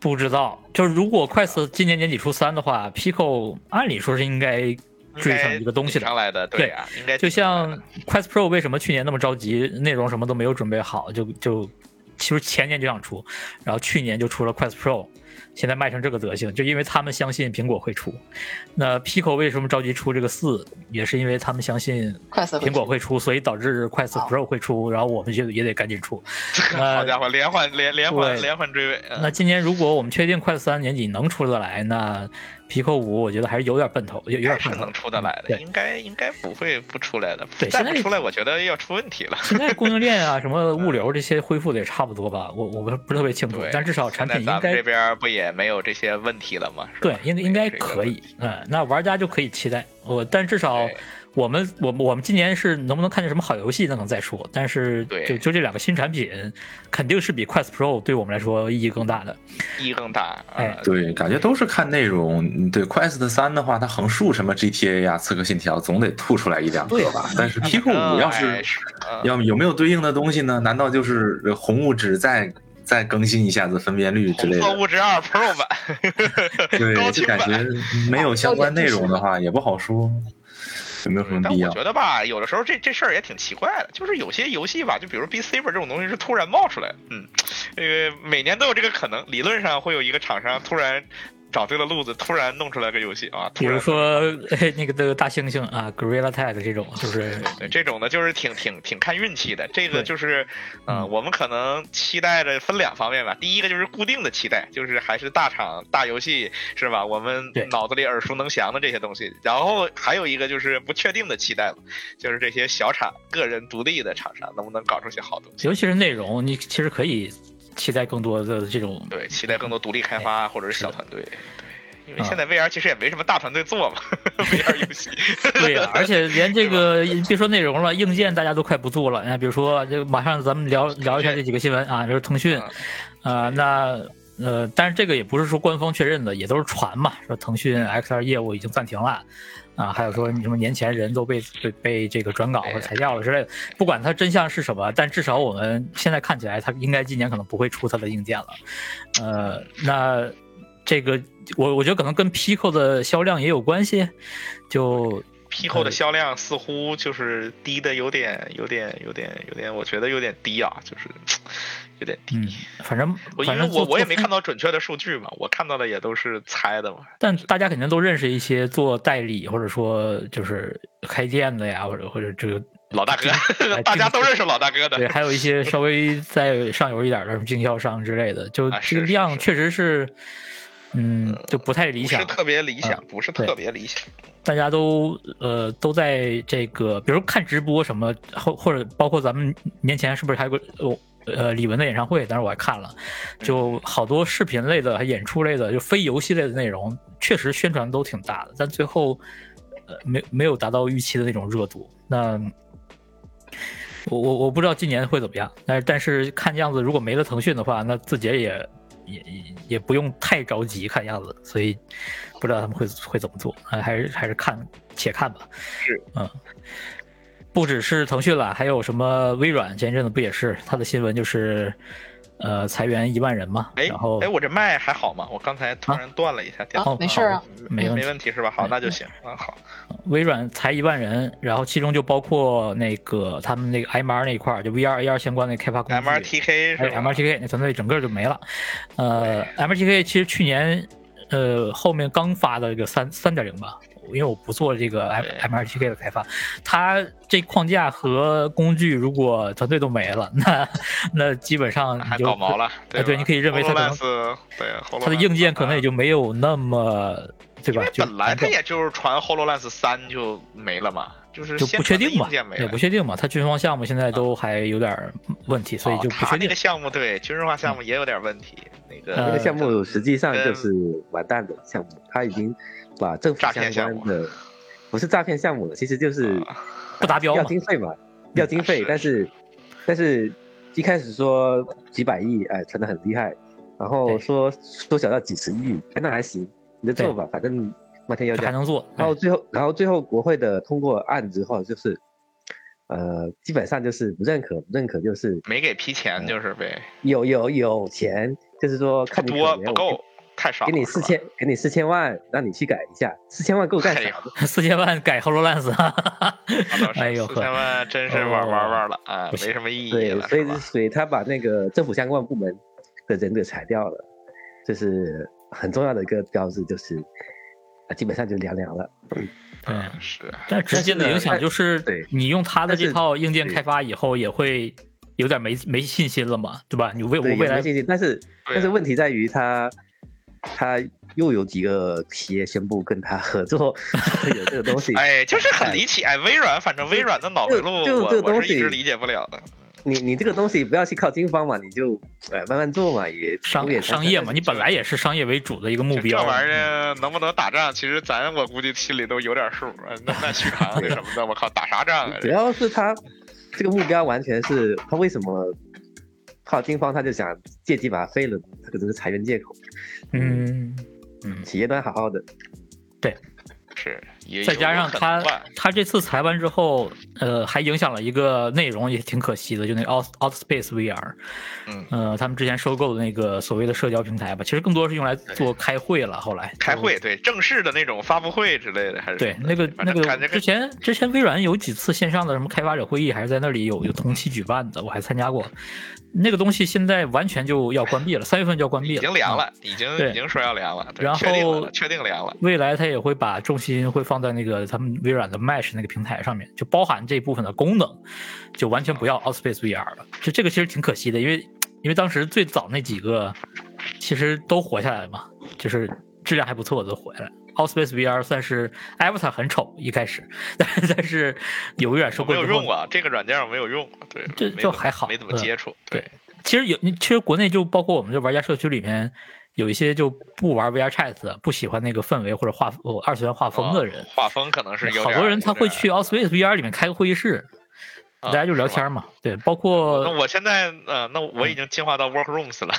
不知道，就是如果快速今年年底出三的话，Pico 按理说是应该追上一个东西
上
的。
来的，对啊，应该
就像 Quest Pro 为什么去年那么着急，内容什么都没有准备好，就就其实前年就想出，然后去年就出了 Quest Pro，现在卖成这个德行，就因为他们相信苹果会出。那 Pico 为什么着急出这个四，也是因为他们相信
快速
苹果会出，所以导致 Quest
好
Pro 会出，然后我们就也得赶紧 出。
啊好家伙，连环连连环
对
连环追尾，嗯
那今年如果我们确定快三年底能出得来，那 Pico 五我觉得还是有点奔头，有有点
还是
奔头
能。出得来
嗯
的，
对
应该应该不会不出来的，
对
再
现在
不出来我觉得要出问题了。
现在供应链 啊，什么物流这些恢复的也差不多吧，我我不不是特别清楚
对，，
但至少产品
现在
应
咱们这
该
边不也没有这些问题了吗？是吧
对，应应该
这个
可以，嗯，那玩家就可以期待。我但至少
对
我们我们我们今年是能不能看见什么好游戏，那能再说。但是
对
就就这两个新产品，肯定是比 Quest Pro 对我们来说意义更大的。
意义更大。
哎
啊
对，感觉都是看内容。嗯对，Quest 三的话，它横竖什么 GTA 呀、刺客信条，总得吐出来一两个
啊
吧。但是 Pico
嗯
五要
哎
是
是嗯
要有没有对应的东西呢？难道就是呃红物质再再更新一下子分辨率之
红
类
色
的？
物质二 Pro 版，高清
对，就
版
感觉没有相关内容的话，也不好说，有没有什啊么
嗯但
必
我
要？
觉得吧，有的时候这这事儿也挺奇怪的，就是有些游戏吧，就比如 B C 本这种东西是突然冒出来的，嗯，呃，每年都有这个可能，理论上会有一个厂商突然找对了路子，突然弄出来个游戏啊，
比
突
如
然。
说、哎、那个的大猩猩啊，Gorilla Tag 这种，就是
对这种的，就是挺挺挺看运气的。这个
对
就是，呃，
嗯
我们可能期待着分两方面吧。第一个就是固定的期待，就是还是大厂大游戏是吧？我们
对
脑子里耳熟能详的这些东西。然后还有一个就是不确定的期待了，就是这些小厂、个人独立的厂商能不能搞出些好东西。
尤其是内容，你其实可以期待更多的这种。
对，期待更多独立开发或者
哎
是
是
小
的
团队。对，因为
啊
现在 VR 其实也没什么大团队做嘛 ，VR 游戏。
对呀、而且连这个别说内容了，硬件大家都快不做了。啊，比如说，这个马上咱们聊聊一下这几个新闻啊，比如腾讯，啊，那呃，但是这个也不是说官方确认的，也都是传嘛，说腾讯 XR 业务已经暂停了。啊，还有说你什么年前人都被被被这个转岗或者裁掉了之类的，不管它真相是什么，但至少我们现在看起来，它应该今年可能不会出它的硬件了。呃，那这个我我觉得可能跟 Pico 的销量也有关系，就
Pico 的销量似乎就是低的有点、有点、有点、有点，我觉得有点低啊，就是有点低。
嗯，反正
我因
反
为
正做
我我也没，看
做
到准确的数据嘛，我看到的也都是猜的嘛。
但大家肯定都认识一些做代理或者说就是开店的呀，或者或者这个
老大哥，
哎
大家
经
都认识老大哥
对，
的。
还有一些稍微再上游一点的什么经销商之类的，就
啊是
这个
是
量
是
确实是，嗯，就不太理
不
想啊
是。特别理想，不是
对
特别理想。
大家都呃都在这个，比如看直播什么，或或者包括咱们年前是不是还有个呃呃李玟的演唱会？当时我还看了，就好多视频类的、还演出类的，就非游戏类的内容，确实宣传都挺大的，但最后呃没没有达到预期的那种热度。那我我我不知道今年会怎么样，但是但是看样子，如果没了腾讯的话，那字节也也也也不用太着急，看样子，所以不知道他们会会怎么做，呃还是还是看且看吧。
是，
嗯，不只是腾讯了，还有什么微软前一阵子不也是它的新闻就是，呃，裁员一万人嘛，
哎
然后
哎，我这麦还好吗？我刚才突然断了一下电
啊
话。，
没事儿啊，
没问
没
题哎
问题是吧？好，那就行。啊，好，
微软裁一万人，然后其中就包括那个他们那个 MR 那一块儿，就 VR AR 相关的开发工具
MRTK
还
是
有
吧
MRTK 那团队整个就没了。呃，MRTK 其实去年呃后面刚发的这个三三点零吧，因为我不做这个 M
对
MRTK 的开发，它这框架和工具如果团队都没了，那 那基本上
还
你就
搞毛了。
哎对你可以认为它可能
HoloLens，对
它的硬件可能也
就。
就没有那么对
因
吧
为？
就
本来
完
它
整
也就是传 HoloLens 三就没了嘛，就是
就不确定嘛
嘛，没，
也
了哦
不。确定嘛，它军方项目现在都还有点儿问题，所以就
哦
不
它
确
那
定
个。项目对军事化项目也有点问题，那
呃
那
个
个项目实际上就是完蛋的项目，他已经把政府
诈骗
相
项
关的不是诈骗项目了，其实就是
啊
不达标嘛
要经费嘛，要经费
嗯是，
但是但是一开始说几百亿，哎，传的很厉害，然后
对
说缩小到几十亿，哎那还行，你就做吧，反正漫天要
这还
价。
能
哦
做，哎
然后最后，然后最后国会的通过案之后，就是，呃，基本上就是不认可，不认可就是嗯
没给批钱就是呗，
有有有钱，就是说看你可
多
怜
不
我给
够，太少了，
给你
是
四
吧，
千，给你四千万，让你去改一下，四千万够
哎
干啥的？
四千万改 HoloLens，哈哈哈 哎呦
啊四
呵
千万真是玩玩玩了啊，
不行
没什么意义
哦对，
了，
所以
是吧
所以他把那个政府相关部门的人给裁掉了，这是很重要的一个标志，就是啊，基本上就凉凉了。
对，
嗯是，
但直接的影响就是
哎对，
你用它的
但是
这套硬件开发以后，也会有点没没信心了嘛，对吧？你为我
对，有
未
没
来
有信心？但是
对
但是
啊
问题在于他，他又有几个企业宣布跟他合作， 有这个东西。
哎，就是很离奇，哎，微软，反正微软的脑回
就就
路，
这
我
个东
我是
西
一直理解不了的，
你你这个东西不要去靠金方嘛，你就哎慢慢做嘛，也
商
也
商业嘛，你本来也是商业为主的一个目
就
标嗯
这，玩意儿能不能打仗，其实咱我估计心里都有点数。呃那那 续航那什么的，我靠，打啥仗啊？
主要是他这个目标完全是他为什么靠金方他就想借机把它废了呢，他可能是裁员借口。
嗯嗯，
企业端好好的，
是，也
再加上
嗯有可
他
能吧
他这次裁完之后，呃，还影响了一个内容，也挺可惜的，就那个 Out Outspace VR，
嗯
呃，他们之前收购的那个所谓的社交平台吧，其实更多是用来做开会了，后来
开会，对正式的那种发布会之类的，还是
对
什，么
那
的
个
反
那
正看
个
那
之前之前微软有几次线上的什么开发者会议，还是在那里有有同期举办的，我还参加过。那个东西现在完全就要关闭了，三月份就要关闭
已
了，
经凉
嗯。
了，已经
对
已经说要凉了，对
然
确定
后
了，确定凉了。
未来它也会把重心会放在那个他们微软的 Mesh 那个平台上面，就包含这部分的功能，就完全不
啊
要 Outspace VR 了。就这个其实挺可惜的，因为因为当时最早那几个其实都活下来嘛，就是质量还不错的都活下来。Outspace VR 算是 Avatar 很丑一开始，但是但是有微软收
我
购
没有
之后
用，过这个软件，我没有用过，对，
这
没
这
怎么
还好嗯
没怎么接触，对，
其实有，其实国内就包括我们这玩家社区里面，有一些就不玩 VR Chat 的，不喜欢那个氛围或者画哦二次元画风的人
哦，画风可能是有
好
点
多人他会。
有点
去 Outspace VR 里面开个会议室，
啊
大家就聊
是吧
天嘛。对，包
那
括
我现在呃，那我
嗯
已经进化到 Workrooms 了，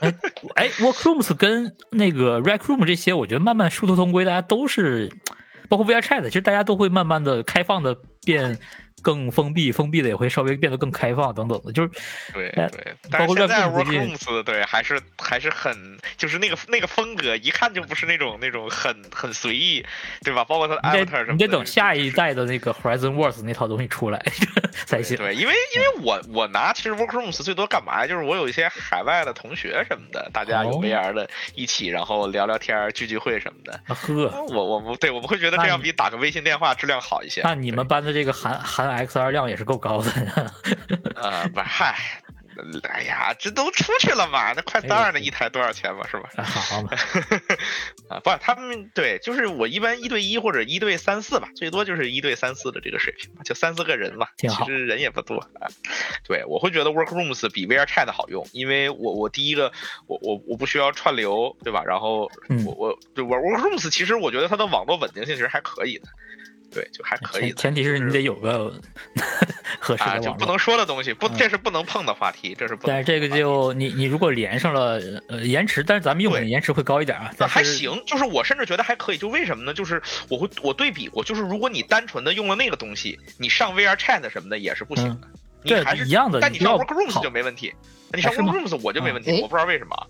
哎，Workrooms 跟那个 Rec Room 这些，我觉得慢慢殊途同归，大家都是包括 VR Chat，其实大家都会慢慢的开放的变。更封闭，封闭的也会稍微变得更开放，等等的，就是
对
哎
对，
包
但是
括
现在
Raccoon 最近
Workrooms 对还是还是很就是那个那个风格，一看就不是那种那种很很随意，对吧？包括它的
你
Avatar
得
什么的，
你得等下
就是
一代的那个 Horizon Worlds 那套东西出来才行。
对，因为因为我我拿其实 Workrooms 最多干嘛呀？就是我有一些海外的同学什么的，大家有
哦
VR 的一起，然后聊聊天儿、聚聚会什么的。
啊呵，
我我们对我们会觉得这样比打个微信电话质量好一些。
那你们班的这个含含 XR 量也是够高的 呀。
啊，不是嗨，哎呀，这都出去了嘛，那
哎
快当然了，一台多少钱嘛，是吧？
啊好 嘛，
啊，不，他们对，就是我一般一对一或者一对三四吧，最多就是一对三四的这个水平吧，就三四个人嘛，
挺好
其实人也不多啊。对，我会觉得 Workrooms 比 VR Chat 好用，因为我我第一个我我我不需要串流，对吧？然后
嗯
我我对我 Workrooms 其实我觉得它的网络稳定性其实还可以的，对，就还可以
前
的。
前提是你得有个 合适
啊，
的
就
网
不
络。
能说的东西，不，
嗯
这是不能碰的话题，这是不能碰的话题。
但是这个就你你如果连上了呃延迟，但是咱们用的
对
延迟会高一点啊，
那
但
还
是
行，就是我甚至觉得还可以。就为什么呢？就是我会我对比过，就是如果你单纯的用了那个东西，你上 VR Chat 什么的也是不行的，你
嗯对
还是
一样的
但
你
你
不
上
要
Workrooms
跑
就没问题，你上
哎是吗
Workrooms 我就没问题，
嗯
我不知道为什么，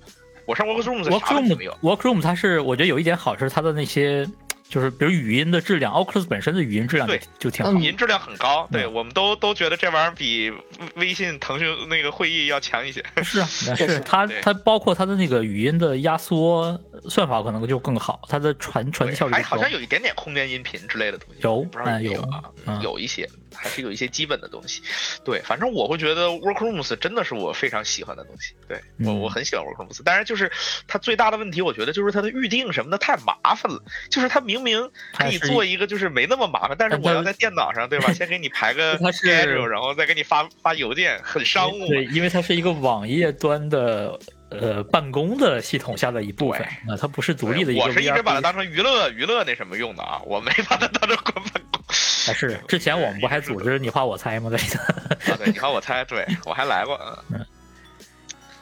我上 Workrooms 啥问题
Workroom
没有。
Workroom 它是我觉得有一点好是它的那些就是比如语音的质量，Oculus 本身的语音质量就
对
就挺
嗯
好。
语音质量很高，对
嗯
我们都都觉得这玩意儿比微信、腾讯那个会议要强一些。
是啊，
确
是
实
它
对
它包括它的那个语音的压缩算法可能就更好，它的传传递效率
还
就
好
高
像。有一点点空间音频之类的东西，
有
不知道有没有啊
哎有嗯，
有一些还是有一些基本的东西。对，反正我会觉得 Workrooms 真的是我非常喜欢的东西。对我
嗯
我很喜欢 Workrooms，当然就是它最大的问题，我觉得就是它的预定什么的太麻烦了。就是它明明可以
它是
做一个就是没那么麻烦，但是
哎但它
我要在电脑 上对吧，先给你排个
它是
schedule，然后再给你发发邮件，很商务嘛。
对，因为它是一个网页端的呃办公的系统下的一部分
对
啊，它不是独立的一个 VR。
我是一直把它当成娱乐娱乐那什么用的啊，我没把它当成官办公。
还是之前我们不还组织你画我猜吗？对 的。
啊，对，你看我猜，对我还来过。嗯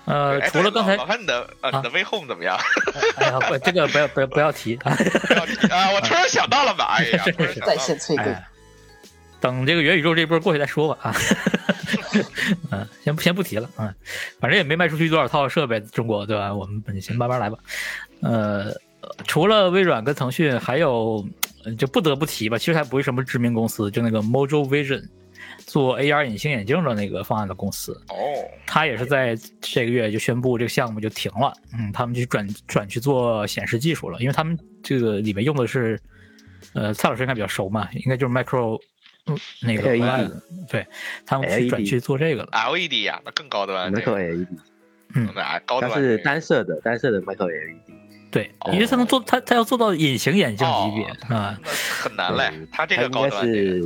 呃，
哎
除了
对
刚才
老，老潘，你的呃，
啊
你的 V Home 怎么样？
哎呀，不，这个不要不要不要提。哎
啊，我突然想到 了吧？哎呀，突然想到
在
了
线催更，
哎，等这个元宇宙这波过去再说吧啊。嗯，先不先不提了，嗯，反正也没卖出去多少套设备，中国对吧？我们先慢慢来吧。呃，除了微软跟腾讯，还有呃就不得不提吧，其实还不是什么知名公司，就那个 Mojo Vision 做 AR 隐形眼镜的那个方案的公司，
哦，
它也是在这个月就宣布这个项目就停了，嗯，他们就转转去做显示技术了，因为他们这个里面用的是，呃，蔡老师应该比较熟嘛，应该就是 Micro，嗯，那个
LED
文案对他们去
LED
转去做这个了，
LED 呀、E 啊那更高端，那个
micro LED，
那哎高
它
端
是
这个
单色的，单色的 micro LED。
对，因为他能做他他要做到隐形眼镜级别
哦
啊，
那很难嘞
嗯，
它这
它
个
应
高
该
端，这个
是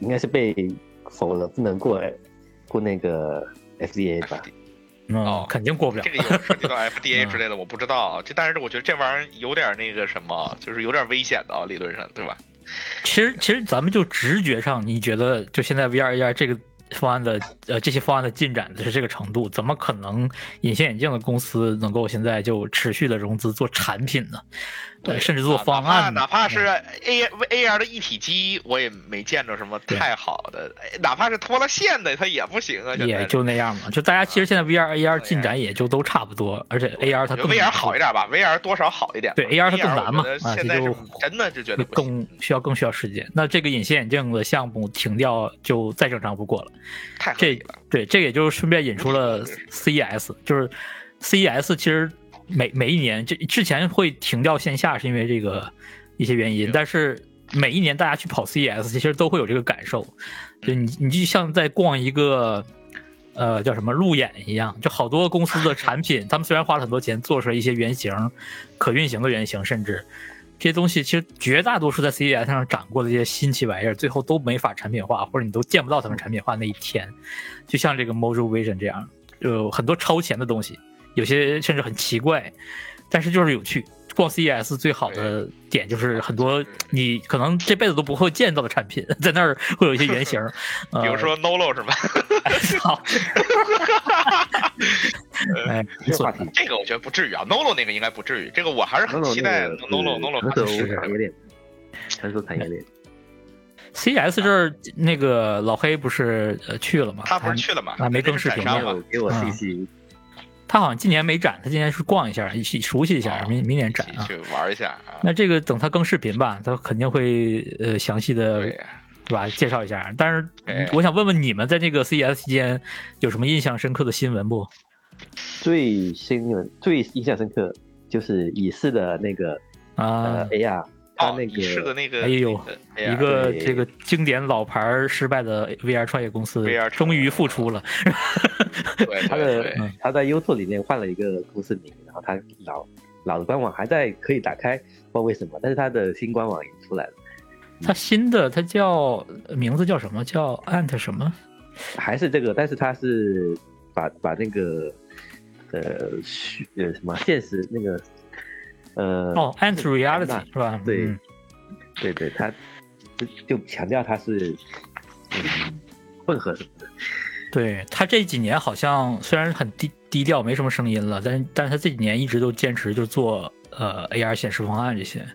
应该是被否了，不能过过那个 FDA 吧？
嗯
哦，
肯定过不了
这，个有涉 及到 FDA
嗯
之类的，我不知道啊。这但是我觉得这玩意儿有点那个什么，就是有点危险的啊，理论上对吧？
其实，其实咱们就直觉上，你觉得就现在 VR AR 这个方案的呃这些方案的进展的是这个程度，怎么可能隐形眼镜的公司能够现在就持续的融资做产品呢？对，甚至做
啊
方案呢嗯
哪怕哪怕是 A A R 的一体机，我也没见着什么
对
太好的，哎哪怕是脱了线的，它也不行啊。现在
也就那样嘛。就大家
啊
其实现在 VR AR 进展也就都差不多，而且 AR 它
我觉
更
得 VR 好一点吧，VR 多少好一点吧。
对 AR 它
VR
更难嘛
我觉得
啊这
现在
就是
真的就觉得不行
更需要更需要时间。那这个隐形眼镜的项目停掉就再正常不过了。
太合
这
理了。
对，这也就顺便引出了 CES，就是 CES 其实每每一年，这之前会停掉线下是因为这个一些
嗯
原因，但是每一年大家去跑 CES，其实都会有这个感受，就
嗯
你你就像在逛一个。呃，叫什么路演一样，就好多公司的产品，他们虽然花了很多钱做出来一些原型、可运行的原型，甚至这些东西，其实绝大多数在 CES 上展过的这些新奇玩意儿，最后都没法产品化，或者你都见不到他们产品化那一天。就像这个 Mojo Vision 这样，有很多超前的东西，有些甚至很奇怪，但是就是有趣。逛 CES 最好的点就是很多你可能这辈子都不会见到的产品， 在那儿会有一些原型，呃
比如说 Nolo 是吧？
好，
呃
哎，不
这个
错
话，题
这个我觉得不至于啊，Nolo 那个应该不至于。这个我还是很
Nolo
期待 Nolo
那
Nolo
个
发
成
的
熟
是
产业链，成熟产业 链。
CES E 这儿那个老黑不是呃去了吗？
他不是去了吗？
还啊没正式
展
评
商
论
没
嘛
有？给我信息，
他好像今年没展，他今年是逛一下，一起熟悉一下，
哦
明明年
一
展
起
啊。
去玩一下啊。
那这个等他更视频吧，他肯定会呃详细的
对
对吧介绍一下。但是
哎
我想问问你们在这个 CES 期间有什么印象深刻的新闻不？
最新的、最印象深刻就是以视的那个呃
啊，
AR，它
哦，
那
你是的
个
那个，
哎呦
那
一
AR
个
对
这个经典老牌儿失败的 VR 创业公司
VR
终于复出了。
对对
它
对
的
嗯
它在优拓里面换了一个公司名，然后它老老的官网还在可以打开，不知道为什么，但是它的新官网已经出来了，
他新的他叫名字叫什么？叫 Ant 什么？
还是这个，但是它是把把那个呃虚呃什么现实那个呃
哦，Ant Reality
那
是吧？
对
嗯
对对，它就就强调它是嗯混合什么的，
对他这几年好像虽然很低低调，没什么声音了，但是但是他这几年一直都坚持就做呃 AR 显示方案这些。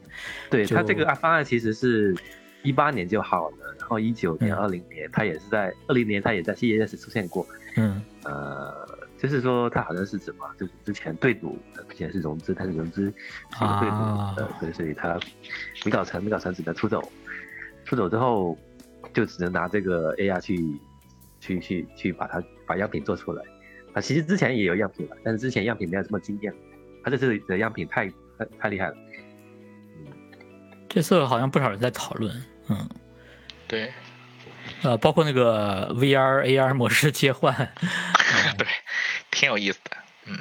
对
就
它这个方案其实是一八年就好了，然后一九年、
嗯
二零年它也是在二零年它也在 CES 出现过，
嗯，
呃，就是说它好像是什么，就是之前对赌，呃之前是融资，但是融资是个对赌，
啊
呃，对，所以它没搞成，没搞成只能出走，出走之后就只能拿这个 AR 去去去去把它把样品做出来。啊，其实之前也有样品了，但是之前样品没有这么惊艳，它这次的样品太太太厉害了。
这次好像不少人在讨论，嗯，
对
呃，包括那个 VR AR 模式切换，
对，挺有意思的。嗯，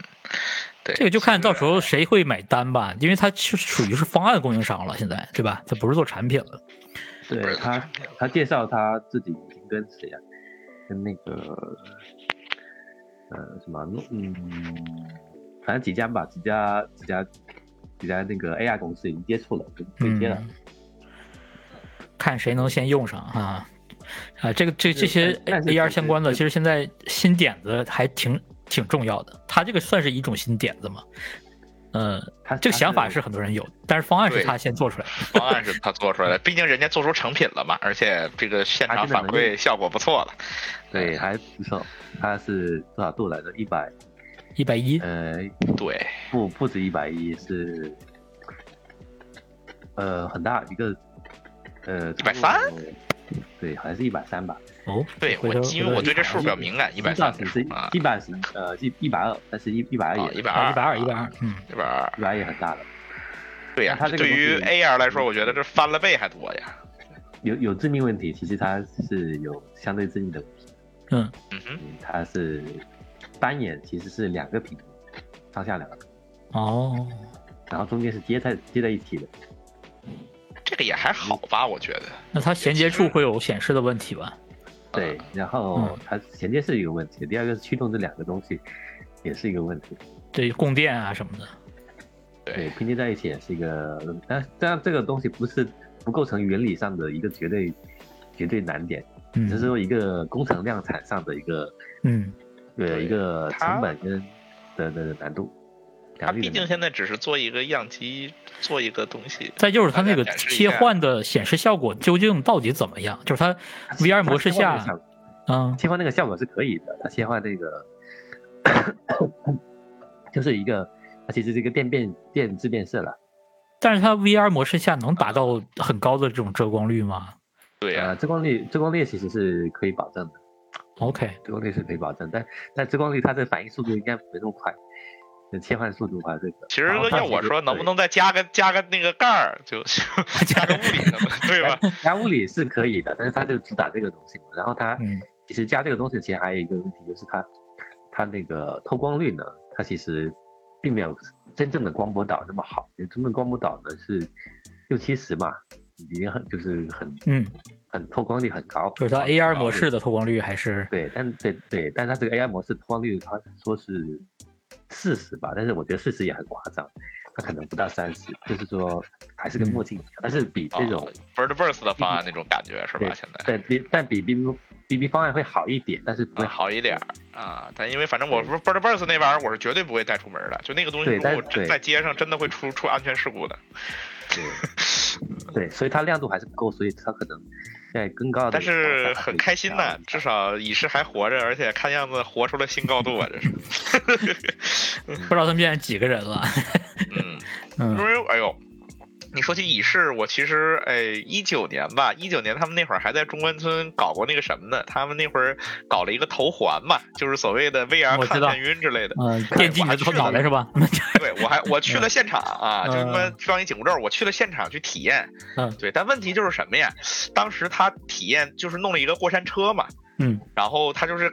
对，
这个就看到时候谁会买单吧，因为它是属于是方案供应商了，现在对吧？它不是做产品了。
对
不是
他，他介绍他自己已经跟谁啊？跟那个呃什么诺嗯，反正几家吧，几家几家几家那个 AR 公司已经接触了，跟对接了。
嗯，看谁能先用上啊啊！这个这
是
这些
但是
AR
其实
相关的，其实现在新点子还挺挺重要的，它这个算是一种新点子嘛。嗯，
他
这个想法是很多人有的，但是方案是
对
他先做出来的。
方案是他做出来的，毕竟人家做出成品了嘛，而且这个现场反馈效果不错了。
对，还不错。他是多少度来着？一百，
一百一，
呃，
对，
不不止一百一，是呃很大一个，呃
130，
对，好像是一百三吧。
哦，
对
回
我
头
因为我对这数比较敏感，一百三
十
这
是
数啊，
一百十，呃，一一百二，但是一一百二也
哦一百
啊，
二
一百二，一百二，嗯，
一百二，
一百二也很大了。
对呀、
那它这个
对
东
于
西
AR 来说，我觉得这翻了倍还多呀。
有有致命问题，其实它是有相对致命的问题，
嗯哼，
嗯它是单眼其实是两个屏幕，上下两个屏幕，
哦，
然后中间是接在接在一起的。
这个也还好吧，我觉得。
那它衔接处会有显示的问题吧？
嗯
对，然后它衔接是一个问题，第二个是驱动这两个东西也是一个问题，
对，供电啊什么的。
对，拼接在一起也是一个，嗯但但这个东西不是不构成原理上的一个绝对绝对难点，只
嗯
是说一个工程量产上的一个
嗯，
呃
对
一个
它
成本跟的的的难度。
它
良率
毕
的
竟
难
现在只是做一个样机，做一个东西。
再就是它
大家
那个
展示一
切
下
换的显示效果究竟到底怎么样？就是它
度
VR 模式
它切换
下，
那个效
嗯
切换那个效果是可以的，它切换那个就是一个，它其实是一个电变电致变色了。
但是它 VR 模式下能达到很高的这种遮光率吗
对啊呀、
呃，遮光率遮光率其实是可以保证的。
？OK，
遮光率是可以保证，但但遮光率它这反应速度应该没那么快，这切换速度吧，这个。
其实
然后它
要我
这个
说，能不能再加个加个那个盖儿，就加个物理的嘛，对吧？
对加物理是可以的，但是它就主打这个东西嘛。然后它
嗯，
其实加这个东西，其实还有一个问题就是它它那个透光率呢，它其实并没有真正的光波导那么好。真正的光波导呢是六七十嘛，已经很就是很
嗯，
很透光率很高。
就是它 AR 模式的透光率还是
对，但对对，但它这个 AI 模式投放率，它说是四十吧，但是我觉得四十也很夸张，它可能不到三十，就是说还
嗯
是跟墨镜一样，但是比这种、
Birdverse 的方案那种感觉是吧？
对
现在
对比但比 B B B B 方案会好一点，但是不会
啊
好。
好一点儿啊，但因为反正我说 Birdverse 那玩意儿，我是绝对不会带出门的。就那个东西，
对
如果
但
我真
对
在街上真的会出出安全事故的。啊
对， 对，所以它亮度还是不够，所以它可能在更高的。
但是很开心呐，至少乙是还活着，而且看样子活出了新高度啊！ 这是，
不知道他们现在几个人 了。
嗯，因
嗯
为哎呦，你说起乙式，我其实哎，一九年吧，一九年他们那会儿还在中关村搞过那个什么呢？他们那会儿搞了一个头环嘛，就是所谓的 VR
我知
看
道
眩晕之 类的。
嗯，电击你的头脑袋是吧？
对我还我去了现场啊，
嗯
就他妈装一紧箍咒，我去了现场去体验。
嗯
对，但问题就是什么呀？当时他体验就是弄了一个过山车嘛，
嗯，
然后他就是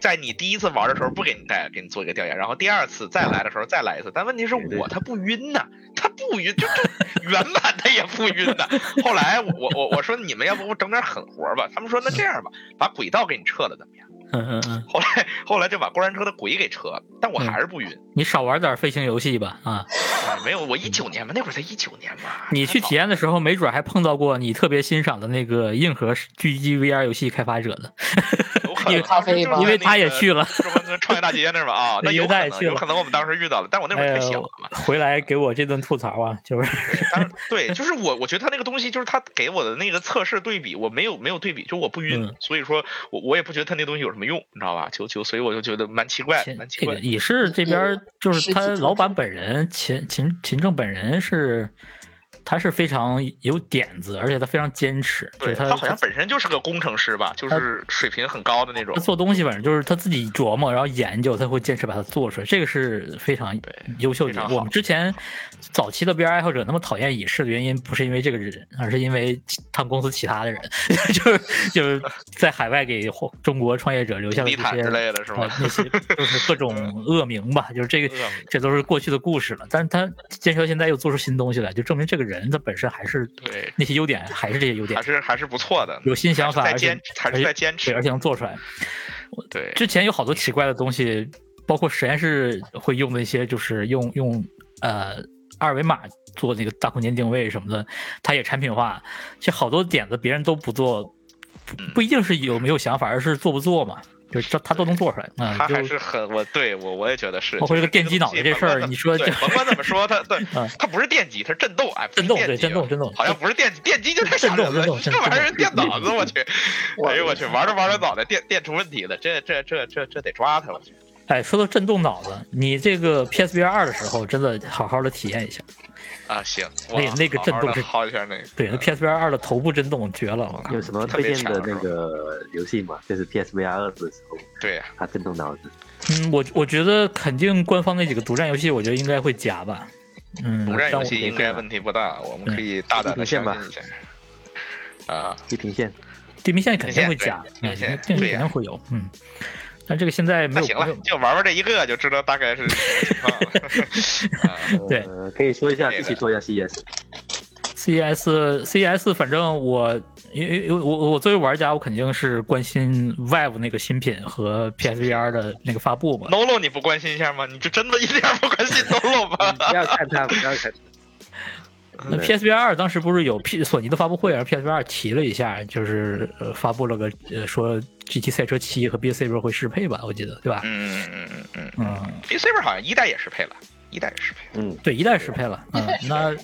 在你第一次玩的时候不给你带，给你做一个调研，然后第二次再来的时候再来一次。但问题是
对对
我他不晕呐、他不晕，就就 原版他也不晕呐、后来我我我我说你们要不整点狠活吧？他们说那这样吧，把轨道给你撤了怎么样？
嗯嗯嗯，
后来后来就把过山车的轨给撤了，但我还是不晕。
你少玩点飞行游戏吧啊！
啊，没有，我一九年嘛，那会儿才一九年嘛。
你去体验的时候，没准还碰到过你特别欣赏的那个硬核狙击 VR 游戏开发者呢，
有可能，
因为
当时就
因为
在
因为他
那
也
个
去 了，
中关村创业大街那儿嘛啊，那
因为
有
他
可
也
能，
去
有
了哎
可能我们当时遇到了，但我那会儿太小了嘛。
回来给我这顿吐槽啊，就是
当时对，就是我，我觉得他那个东西，就是他给我的那个测试对比，我没有没有对比，就我不晕，
嗯
所以说我我也不觉得他那东西有什么用，你知道吧？球球，所以我就觉得蛮奇怪，蛮奇
这
怪
个。也是这
呃
边就是他
实体主
老板本人秦秦秦正本人是，他是非常有点子，而且他非常坚持，就
对
是
他
他
好像本身就是个工程师吧，就是水平很高的那种
他。做东西反正就是他自己琢磨，然后研究，他会坚持把它做出来，这个是非常
对
优秀的
非常
人。
好
我们之前早期的 VR 爱好者那么讨厌乙式的原因，不是因为这个人，而是因为他们公司其他的人， 就是就是在海外给中国创业者留下了
地
这
毯
些
之类的是
啊
吧？
那些就是各 种恶名吧，就是这个
恶名，
这都是过去的故事了。但是他坚持到现在又做出新东西来，就证明这个人他本身还是
对，
那些优点，还是这些优点
还，是还是不错的，
有新想法，
还是
而
在
且
坚，还是在坚
对，而
持。
且能做出来。
对，
之前有好多奇怪的东西，包括实验室会用的一些，就是用用呃二维码做那个大空间定位什么的，它也产品化。
嗯
其实好多点子别人都不做，不不一定是有没有想法，而是做不做嘛。就是这他都能做出来啊。
他
就
还是很我对我我也觉得是。
包括这个电击脑袋这事儿，你说
对
这
甭管怎么说，他对
嗯
他不是电击，他是震动，哎，不是
震动
电
对
击
震动 震动
好像不是电击，电击就太吓人
震
了
动，震动震动
这玩意儿电脑子，我去，
我
哎呦我去，玩着玩着脑袋电电出问题了，这这这这这得抓他，我去，
哎，说到震动脑子，你这个 PSVR 二的时候，真的好好的体验一下。
啊行，
那个
哇
哎那个震动
好好
是
地薅一下那个，
对，那 PSVR 二的头部震动绝了，我靠！
有什么推荐的那个游戏吗？就是 PSVR 二的时候，
对，
它震动脑子。
嗯，我我觉得肯定官方那几个独占游戏，我觉得应该会加吧。嗯，
独占
但
游
我
戏应该问题不大，我
嗯
们可以大胆的相信一下。啊，
地平线，
地平线肯定会加，
地
嗯，
平
地平
线
线肯
对呀
定会有，嗯。但这个现在没
那
有
行了
没有，
就玩玩这一个就知道大概是什么情 况了。啊
对 E
呃，可以说一下自己做一下 CS。
CES CES，反正我因为因为我我作为玩家，我肯定是关心 Vive 那个新品和 PSVR 的那个发布嘛。
Nolo 你不关心一下吗？你就真的一点儿不关心 Nolo 吗？
不要看它，不要看
那 PSVR 二当时不是有 P 索尼的发布会，然后 PSVR 二提了一下，就是呃发布了个呃说 GT 赛车七和 B C 会适配吧，我记得对吧？
嗯嗯嗯嗯嗯
嗯，
，B Saber 好像一代也适配了，一代也适配了。
嗯，
对，一代适配了。嗯，那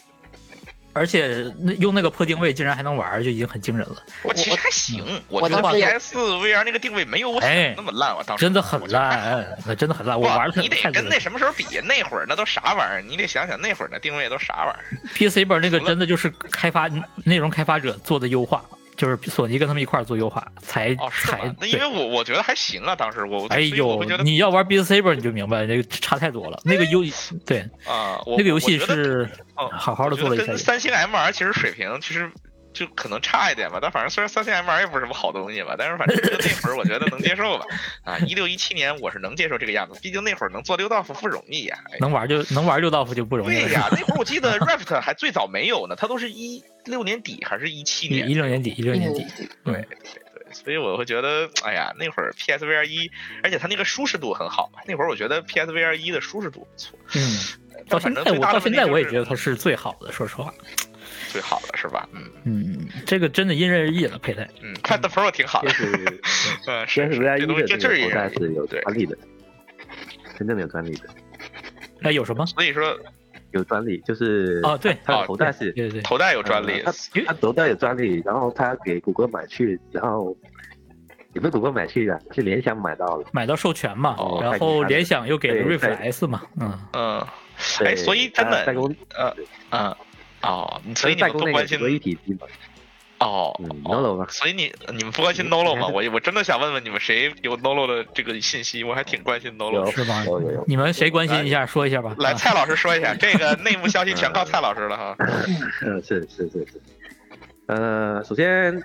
而且那用那个破定位竟然还能玩，就已经很惊人了，
我其实还
嗯
行，我
我
觉得
当时有
PS VR 那个定位没有我想的那么烂，我当时
哎真的很。烂，那真的很烂。我
哇
玩的
你得
太
跟那什么时候比？那会儿那都啥玩意儿？你得想想那会儿那定位都啥玩意儿？
PC 本那个
除了
真的就是开发内容开发者做的优化，就是索尼跟他们一块儿做优化，才
哦，是
才
吗？那因为
对。
我我觉得还行啊，当时我
哎
所以我
呦
会觉，得
你要玩 B C 本你就明白，这个差太多了。那个游对
啊， 我
那个游戏
我觉得
是
哦
好好的做了
我觉
一下
得跟
游戏，
三星 MR 其实水平其实就可能差一点吧，但反正虽然三星 MR 也不是什么好东西吧，但是反正就那会儿我觉得能接受 吧。啊，一六一七年我是能接受这个样子，毕竟那会儿能做六道夫不容易呀、哎
能玩就能玩六道夫就不容易
对
了。
呀、那会儿我记得 Raft 还最早没有呢，它都是一六年底还是一七
一
年
一六年底，一六年底，
所以我会觉得，哎呀，那会儿 PSVR 一，而且它那个舒适度很好嘛。那会儿我觉得 PSVR 一的舒适度不错，
嗯，到现
但反正
在我
最大的
到现在
问题
我也
就
觉得它是最好的，说实话，
最好的是吧？嗯
嗯，这个真的因人而异了，佩戴。
嗯，看的 Pro 挺好的
就，是
嗯，是
PSVR
这东
一
西
的这
这这
个
是一
头戴
个
是有
对
专利的，真正的有专利的，
哎，有什么？
所以说
有专利就是
哦，对，
它的头戴是
对对对，
头戴有专利
呃，它它头戴有专利，然后它给谷歌买去，然后也不是谷歌买去的，啊是联想买到了。
买到授权嘛，
哦
然后联想又给了
对
Rift
对
S 嘛，嗯，
嗯，
对
哎，所以真
它
的
代工，
呃，嗯，哦，你所
它是
以你
代
们
工
不
那个
关
谷
心
歌一体机嘛，
哦
嗯
哦
，Nolo 嘛，
所以你你们不关心 Nolo
嗯
吗？我我真的想问问你们谁有 Nolo 的这个信息，我还挺关心 Nolo
有
的。
是吧
哦有有有？
你们谁关心一下说一下吧。
来，
啊
蔡老师说一下，这个内幕消息全靠蔡老师了哈。
嗯，是是是是，呃，首先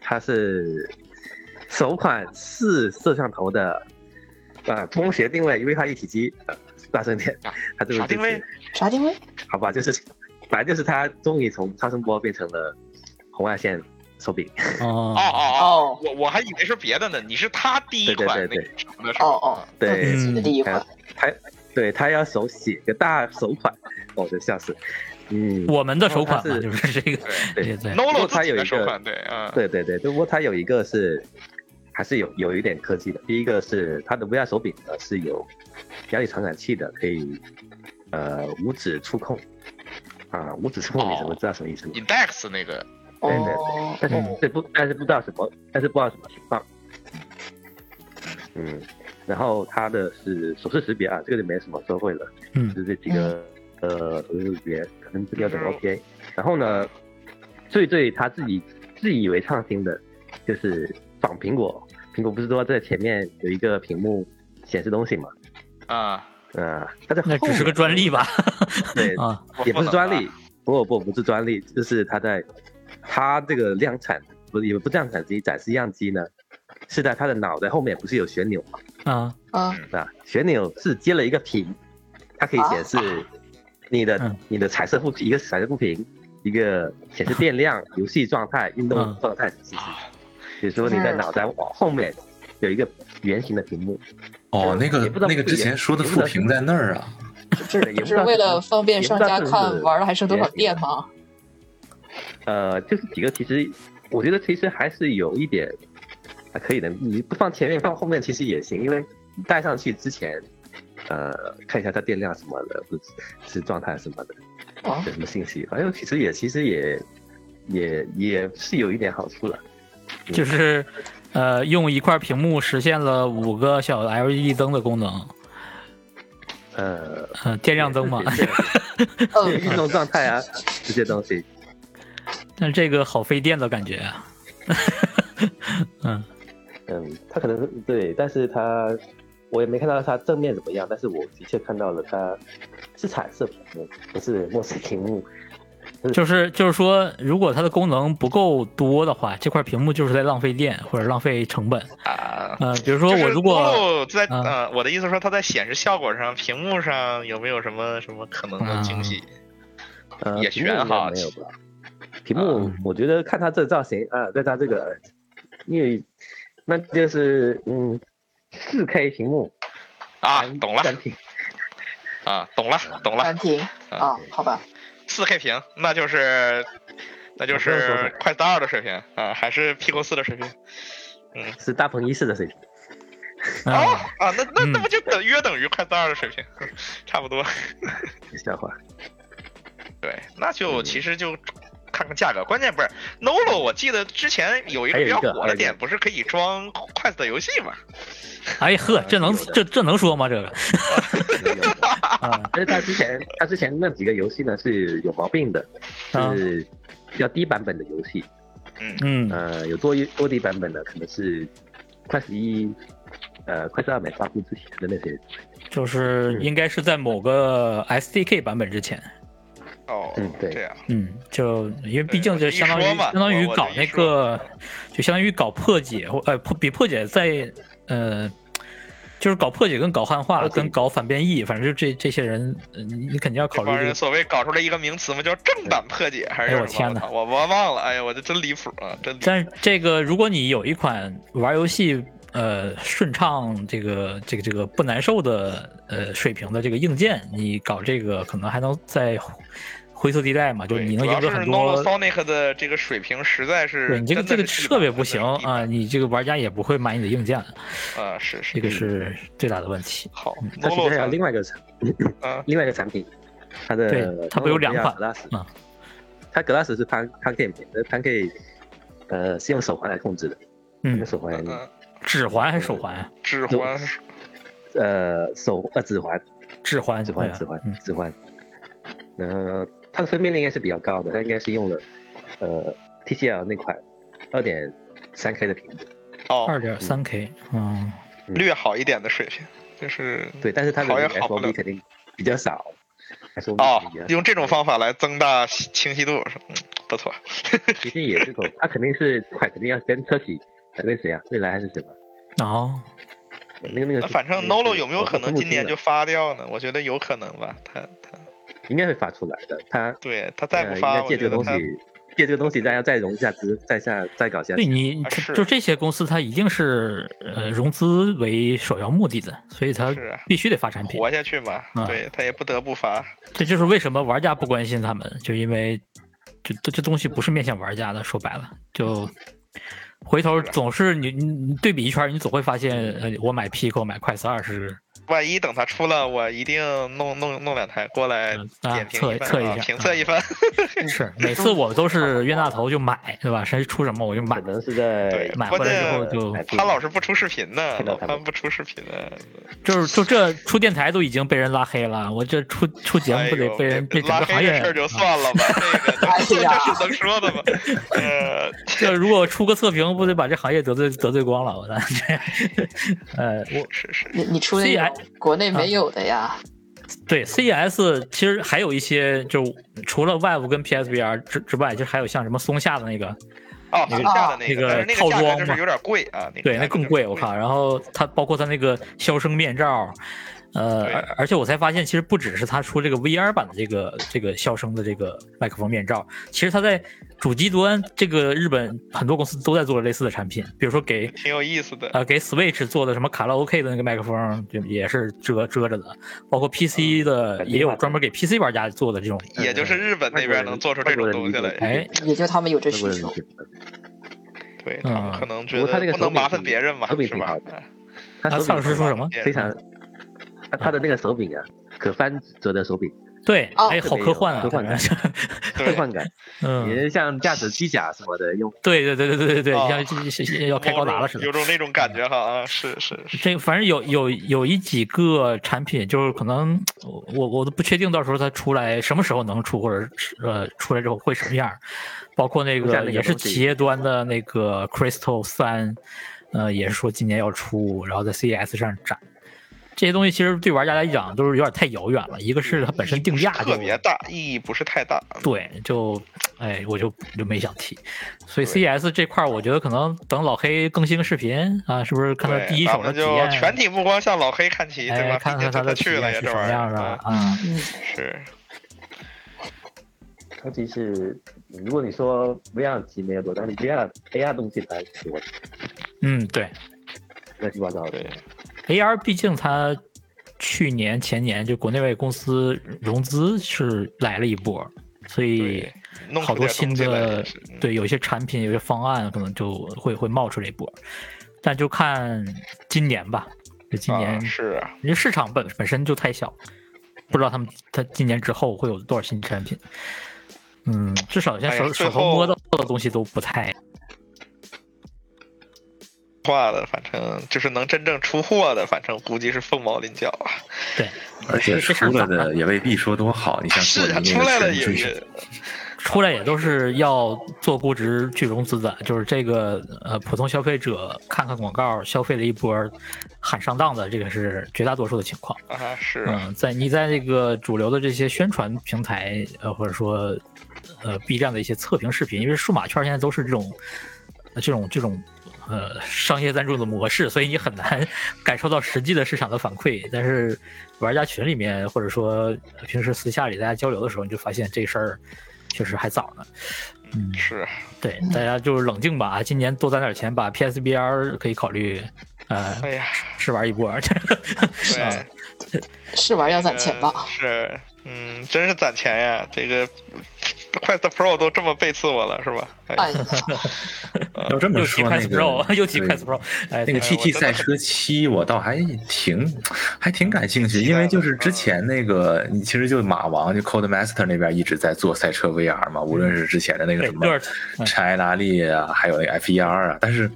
它是首款四摄像头的呃光学定位 UI 一体机，呃大声点
啊，
它这个
啥定位？
啥定位？
好吧，就是反正就是它终于从超声波变成了红外线手柄，
哦
哦
哦哦，
哦
我我还以为是别的呢，你是他第一
对对
款那
对
个什么的是
哦
吧？
哦，
嗯
对，
自己的第一
还有
款，
它对它要手写个大手款，我的笑死，嗯，
我们的首款
然
嘛，
后它是
就是这个，
对
对
对
对，
，Nolo
它
自己
有
的
一
首
个
款，对，嗯，
对对对，只不过它有一个是还是有有一点科技的。第一个是它的 VR 手柄呢是有压力传感器的，可以呃五指触控啊，五指触控你怎么知道什么意思吗？
，Index 那个，
对对
哦，
但是这不但是不知道什么，但是不知道怎么去放。嗯，然后它的是手势识别啊，这个就没什么说会了，
嗯
就，是这几个、呃手势识别可能这个怎么 OK。然后呢，最最他自己自以为创新的，就是仿苹果，苹果不是说在前面有一个屏幕显示东西嘛？
啊，
呃，它在后
那
面
只是个专利吧？
对，
啊，
我
也不是
能
专
啊
利，不不不是专利，就是它在它这个量产不也不是量产机展示样机呢，是在它的脑袋后面不是有旋钮嘛？
啊，
啊，
啊，旋钮是接了一个屏，它可以显示你的、
嗯
你的彩色副一个彩色副屏，一个显示电量、游戏状态、运动
嗯
状态显示器。比如说
嗯
你在脑袋往后面有一个圆形的屏幕，
哦，那个
也不知道
那个之前说的
也不知
副
道
屏在那儿 啊，
是也
就
不知
是
道
为
什么
了方便商家看玩的还剩多少电吗？
呃，就是几个其实，我觉得其实还是有一点还可以的。你不放前面，放后面其实也行，因为带上去之前，呃，看一下它电量什么的，或者是状态什么的，
哦
有什么信息，反正其实也其实也也也是有一点好处了。
就是呃，用一块屏幕实现了五个小 LED 灯的功能，
呃，
呃，电量灯嘛。
也
呃
是运动状态啊，这些东西，
但这个好费电的感觉啊。嗯，
嗯，它可能是对，但是它我也没看到它正面怎么样，但是我的确看到了它是彩色屏幕，不是墨水屏幕。
就是就是说，如果它的功能不够多的话，这块屏幕就是在浪费电或者浪费成本。
啊。
呃，比如说我如果
就是 Polo 在
嗯
呃，我的意思说它在显示效果上、屏幕上有没有什么什么可能的惊喜？
呃，
也
屏幕应
选
该
好
没有吧？屏幕，我觉得看它这造型啊，对它这个，因为那就是嗯，四 K 屏幕
嗯
啊，懂了
单屏
啊，懂了，懂了
暂。停啊，好吧，
四 K 屏，那就是那就
不用说
是快四二的水平啊，还是 P Q 四的水平
是大鹏一式的水平。
嗯
哦啊，那那
嗯
那不就等约等于快四二的水平， 差不多。
笑话，
对，那就
嗯
其实就看看价格，关键不是 Nolo，我记得之前有一个
还有
比
一
较
个
火
还有
的
一个
点，不是可以装快速的游戏吗？
哎呵，
呃
这能这这能说吗？这 个
没有的
啊
但是它之前它之前那几个游戏呢是有毛病的，
啊
是比较低版本的游戏。
嗯
呃，有多一多地版本的，可能是快十一，呃，快十二没发布之前的那些，
就是应该是在某个 SDK 版本之前。
哦，
嗯对
这样
嗯，就因为毕
对
竟就
一
相当于
呃说嘛
相当于
我我
搞
就
那
一
个，就相当于搞破解，或呃破比破解在呃，就是搞破解跟搞汉化
破解
跟搞反编译，反正就这这些人，呃你你肯定要
这
考虑
帮
这
人
个。
所谓搞出来一个名词嘛，叫正版破解还
哎
是什
呦
么？
我天哪
操我我忘了，哎呀，我这真离谱啊，真离谱
但是这个，如果你有一款玩游戏呃顺畅，这个这个这个不难受的呃水平的这个硬件，你搞这个可能还能在灰色地带嘛，就
对
你能
主
赢
要
得
是
很
Nolo
多
Sonic 的这个水平实在是
对你这个这
真
个
的是地
设备不
板
行
真的是地板
啊，你这个玩家也不会买你的硬件，
啊，是是
这个是最大的问题。
好
它其实
，Nolo
还有
Sonic
另外一个产，
啊
另外一个产品，它的
对它不有两款
Glass，、
嗯
它 Glass 是 Pan Pancake 屏的，Pancake 呃是用手环来控制的，用
嗯，
手环，
嗯，
指环还是手环？啊
指环嗯
呃手呃指环，
指环，
指
对
环
啊
指环
嗯，
指环，呃它的分辨率应该是比较高的，它应该是用了呃 TCL 那款二点三 K 的屏幕。
哦
二，点三 K，嗯，
略好一点的水平，就是
对，但是它的
好也
那
好不了
FOB 肯定比较少，FOB
哦
肯定比较，少
用这种方法来增大清晰度，是嗯，不错。
其实也是从它肯定是这款肯定要跟车企，那谁啊，未来还是什么？
哦，
那个那个是，
那反正
那个
Nolo
是
有没有可能今年就
我
发掉呢？我觉得有可能吧，他他
应该会发出来的？它
对他再
呃
不
应
发，
该
我
借
觉
这个东
得
西
他，
借这个东西，大家再融下资，再下再搞下
对
去。
你
啊是
就这些公司，它一定是呃融资为首要目的的，所以它
是啊
必须得发产品。
活下去嘛，
嗯
啊
对他也不得不发。
这就是为什么玩家不关心他们，就因为这这这东西不是面向玩家的，说白了就。回头
啊
总是你你你对比一圈，你总会发现，呃，我买 Pico 买快四二 是
万一等他出了，我一定弄弄弄两台过来
嗯啊
点评一
测测
番，
一
啊
下
评测一番。
嗯
是，每次我都是冤大头就买，对吧？谁出什么我就买
可，能是在
对
买
关
回来之后
键
就
潘老师不出视频呢，
看
老
到他们
潘不出视频呢，
就是就这出电台都已经被人拉黑了，我这出出节
哎
目不得
呦
被人被整
拉
个行
黑
业
的事儿
人
就
啊？
算了吧，这个这
哎呀
这是能说的吗？ 呃，
这如果出个测评，不得把这行业得罪得罪光了？我操！这，呃，我
是是，
你你出那种国内没有的呀？
对 CES 其实还有一些，就除了 Vive 跟 PSVR 之之外，就还有像什么松下的那个，
哦，
那
松
个
下的
那
个，
个
但是那
套
个价格
装
就
嘛
是有点贵啊，那个
对，
价
那
格
更
有点
贵，我靠！然后它包括它那个消声面罩，呃，
对
而而且我才发现，其实不只是它出这个 VR 版的这个这个消声的这个麦克风面罩，其实它在主机端，这个日本很多公司都在做类似的产品，比如说给
挺有意思的。
呃给 Switch 做的什么卡拉 OK 的那个麦克风，就也是遮遮着的，包括 PC 的
嗯
也有专门给 PC 玩家做的这种，
哦
也就是日本那边能做出这种东西来，
哎，
也就他们有这需
外国人
求。
对他们
嗯
可能觉
不过
得
他这个
不能
手柄
麻烦别人嘛，
手柄
是
挺
吧
好？的
哎
他
啊，
手
蔡
柄
老师说什么？
非常，他他的那个手柄啊，可翻折的手柄，
对，
哦
哎，好科幻啊！
科幻
对
科幻感，
嗯，
也像驾驶机甲什么的用。
对对对对对对对，
哦
像这是是要开高达了似的
有。种有种那种感觉哈啊，是是是，
这反正有有有一几个产品，就是可能我我都不确定，到时候它出来什么时候能出，或者是呃出来之后会什么样儿。包括那
我想
个
那个
也是
东西
企业端的那个 Crystal 三，呃，也是说今年要出，然后在 CES 上展。这些东西其实对玩家来讲都是有点太遥远了，一个是它本身定价
意义不
就是
特别大，意义不是太大。
对，就哎，我就就没想提。所以 CES 这块儿，我觉得可能等老黑更新个视频啊，是不是看他
对
第一手的
咱们
体
就
验？
全体目光向老黑看齐，对
哎，
吧？
看看
毕竟
他的
他
体
去了
验是
呀，这
什么
玩意
样的
儿
啊？
嗯，
嗯是
尤其是如果你说 VR 级没有多，但是 VR AR 东西才多，
嗯，对
乱七八糟的。
对，
嗯，AR 毕竟它去年前年就国内外公司融资是来了一波，所以
对弄出
好多
点
新
东西来
的
也是嗯
对有些产品有些方案可能就会会冒出来一波，但就看今年吧，就今年
啊是啊，
因为市场本本身就太小，不知道他们他今年之后会有多少新产品。嗯，至少现在
哎
手、
呀最
手
后
头摸到的东西都不太
化的，反正就是能真正出货的，反正估计是凤毛麟角啊。
对，
而
这
且
事儿
出
咋
啊
来
办
的也未必说多好。你像索
是啊，
尼
出来了
那个
也
全
也
出来也都是要做估值去融资的，就是这个呃普通消费者看看广告消费了一波，喊上当的这个是绝大多数的情况。
啊是啊，
嗯，在你在这个主流的这些宣传平台，呃，或者说呃 B 站的一些测评视频，因为数码圈现在都是这种、呃这种这种呃商业赞助的模式，所以你很难 感受到实际的市场的反馈。但是玩家群里面，或者说平时私下里大家交流的时候，你就发现这事儿确实还早呢。嗯，
是啊
对，大家就是冷静吧，啊今年多攒点钱，把 PSVR 可以考虑，呃，
哎呀，
试玩一波。
对。呃
啊
试玩要攒钱吧？
是，嗯，真是攒钱呀！这个 Quest Pro 都这么背刺我了，是吧？
哎
哎，
呀，
要这么
又提
说，那
Quest
个
Pro，又提
对
Quest Pro，哎，
那
对
个 GT 赛车七，我倒还挺还挺感兴趣，因为就是
啊
之前那个，你其实就马王就 Codemaster 那边一直在做赛车 VR 嘛，无论是之前的那个
嗯对
什么
Dirt，嗯
柴达利啊，还有那个 FER 啊，但是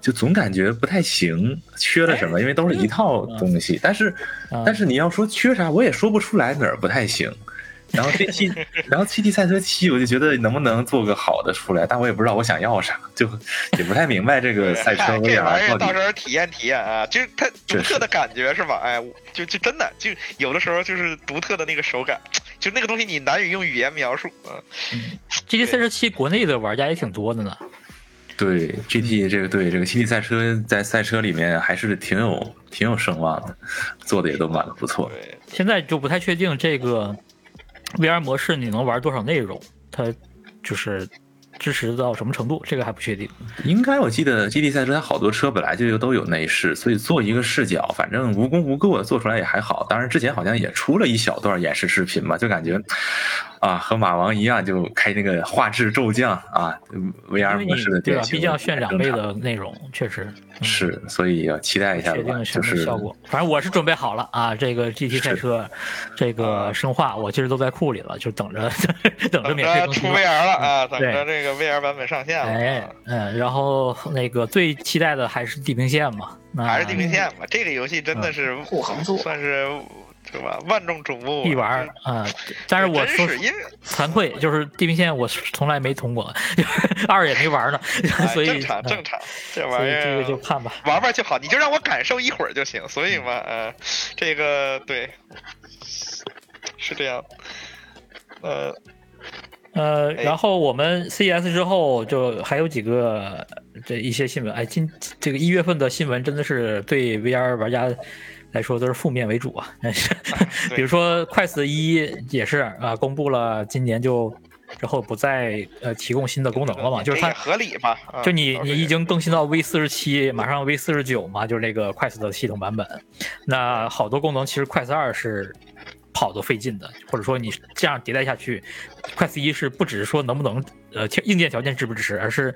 就总感觉不太行，缺了什
哎
么，因为都是一套东西。但是
嗯
但是你要说缺啥，我也说不出来哪儿不太行。然后这 期，然后 GT 赛车七，我就觉得能不能做个好的出来，但我也不知道我想要啥，就也不太明白这
对
个赛车
嗨这玩意
VR
儿
到
到
底
时候体验体验啊，就是它独特的感觉是吧？哎，我就就真的就有的时候就是独特的那个手感，就那个东西你难以用语言描述。嗯，
GT 四十七国内的玩家也挺多的呢。
对
嗯
GT 这个对这个 GT 赛车在赛车里面还是挺有挺有声望的，做的也都蛮不错的。
对，
现在就不太确定这个 VR 模式你能玩多少内容，它就是支持到什么程度，这个还不确定。
应该我记得 GT 赛车它好多车本来就都有内饰，所以做一个视角，反正无功无过做出来也还好。当然之前好像也出了一小段演示视频嘛，就感觉啊和马王一样，就开那个画质骤降啊嗯
因
，VR
为
模
你
式的
对吧
典？型，
毕竟要炫两倍的内容，确实
是，所以要期
哎
待一下
嗯确
吧，
定
就
什
是
么效果。反正我是准备好了啊，这个 GT 赛车，这
啊
个生化，我其实都在库里了，就等着 等着
等
免费
着
更
出
新了。嗯
VR 了啊，
对
等着这个 VR 版本上线了
哎
啊。，
嗯，然后那个最期待的还是《地平线》嘛，那
还是地平线吧，
嗯
这个游戏真的是
护航作
算是是吧？万众瞩目啊，
必玩儿啊、但是我
真
说
是因为
惭愧，就是《地平线》我从来没通过， 二也没玩呢，
哎
所以
正常
嗯
正常，这玩
所
意
以
儿啊
这个就嗯看吧。
玩玩就好，你就让我感受一会儿就行。所以嘛，呃，这个对，是这样。呃，
呃，
哎
然后我们 CES 之后就还有几个这一些新闻，哎，今这个一月份的新闻真的是对 VR 玩家来说都是负面为主啊。
哎对
比如说快死一也是啊、公布了今年就之后不再呃提供新的功能了嘛，就是
这
它
也合理吧？啊
就你
都是
你已经更新到 V 四十七，马上 V 四十九嘛，就是那个 Quest 的系统版本。那好多功能其实 Quest 二是跑都费劲的，或者说你这样迭代下去，Quest 一是不只是说能不能呃条硬件条件支不支持，而是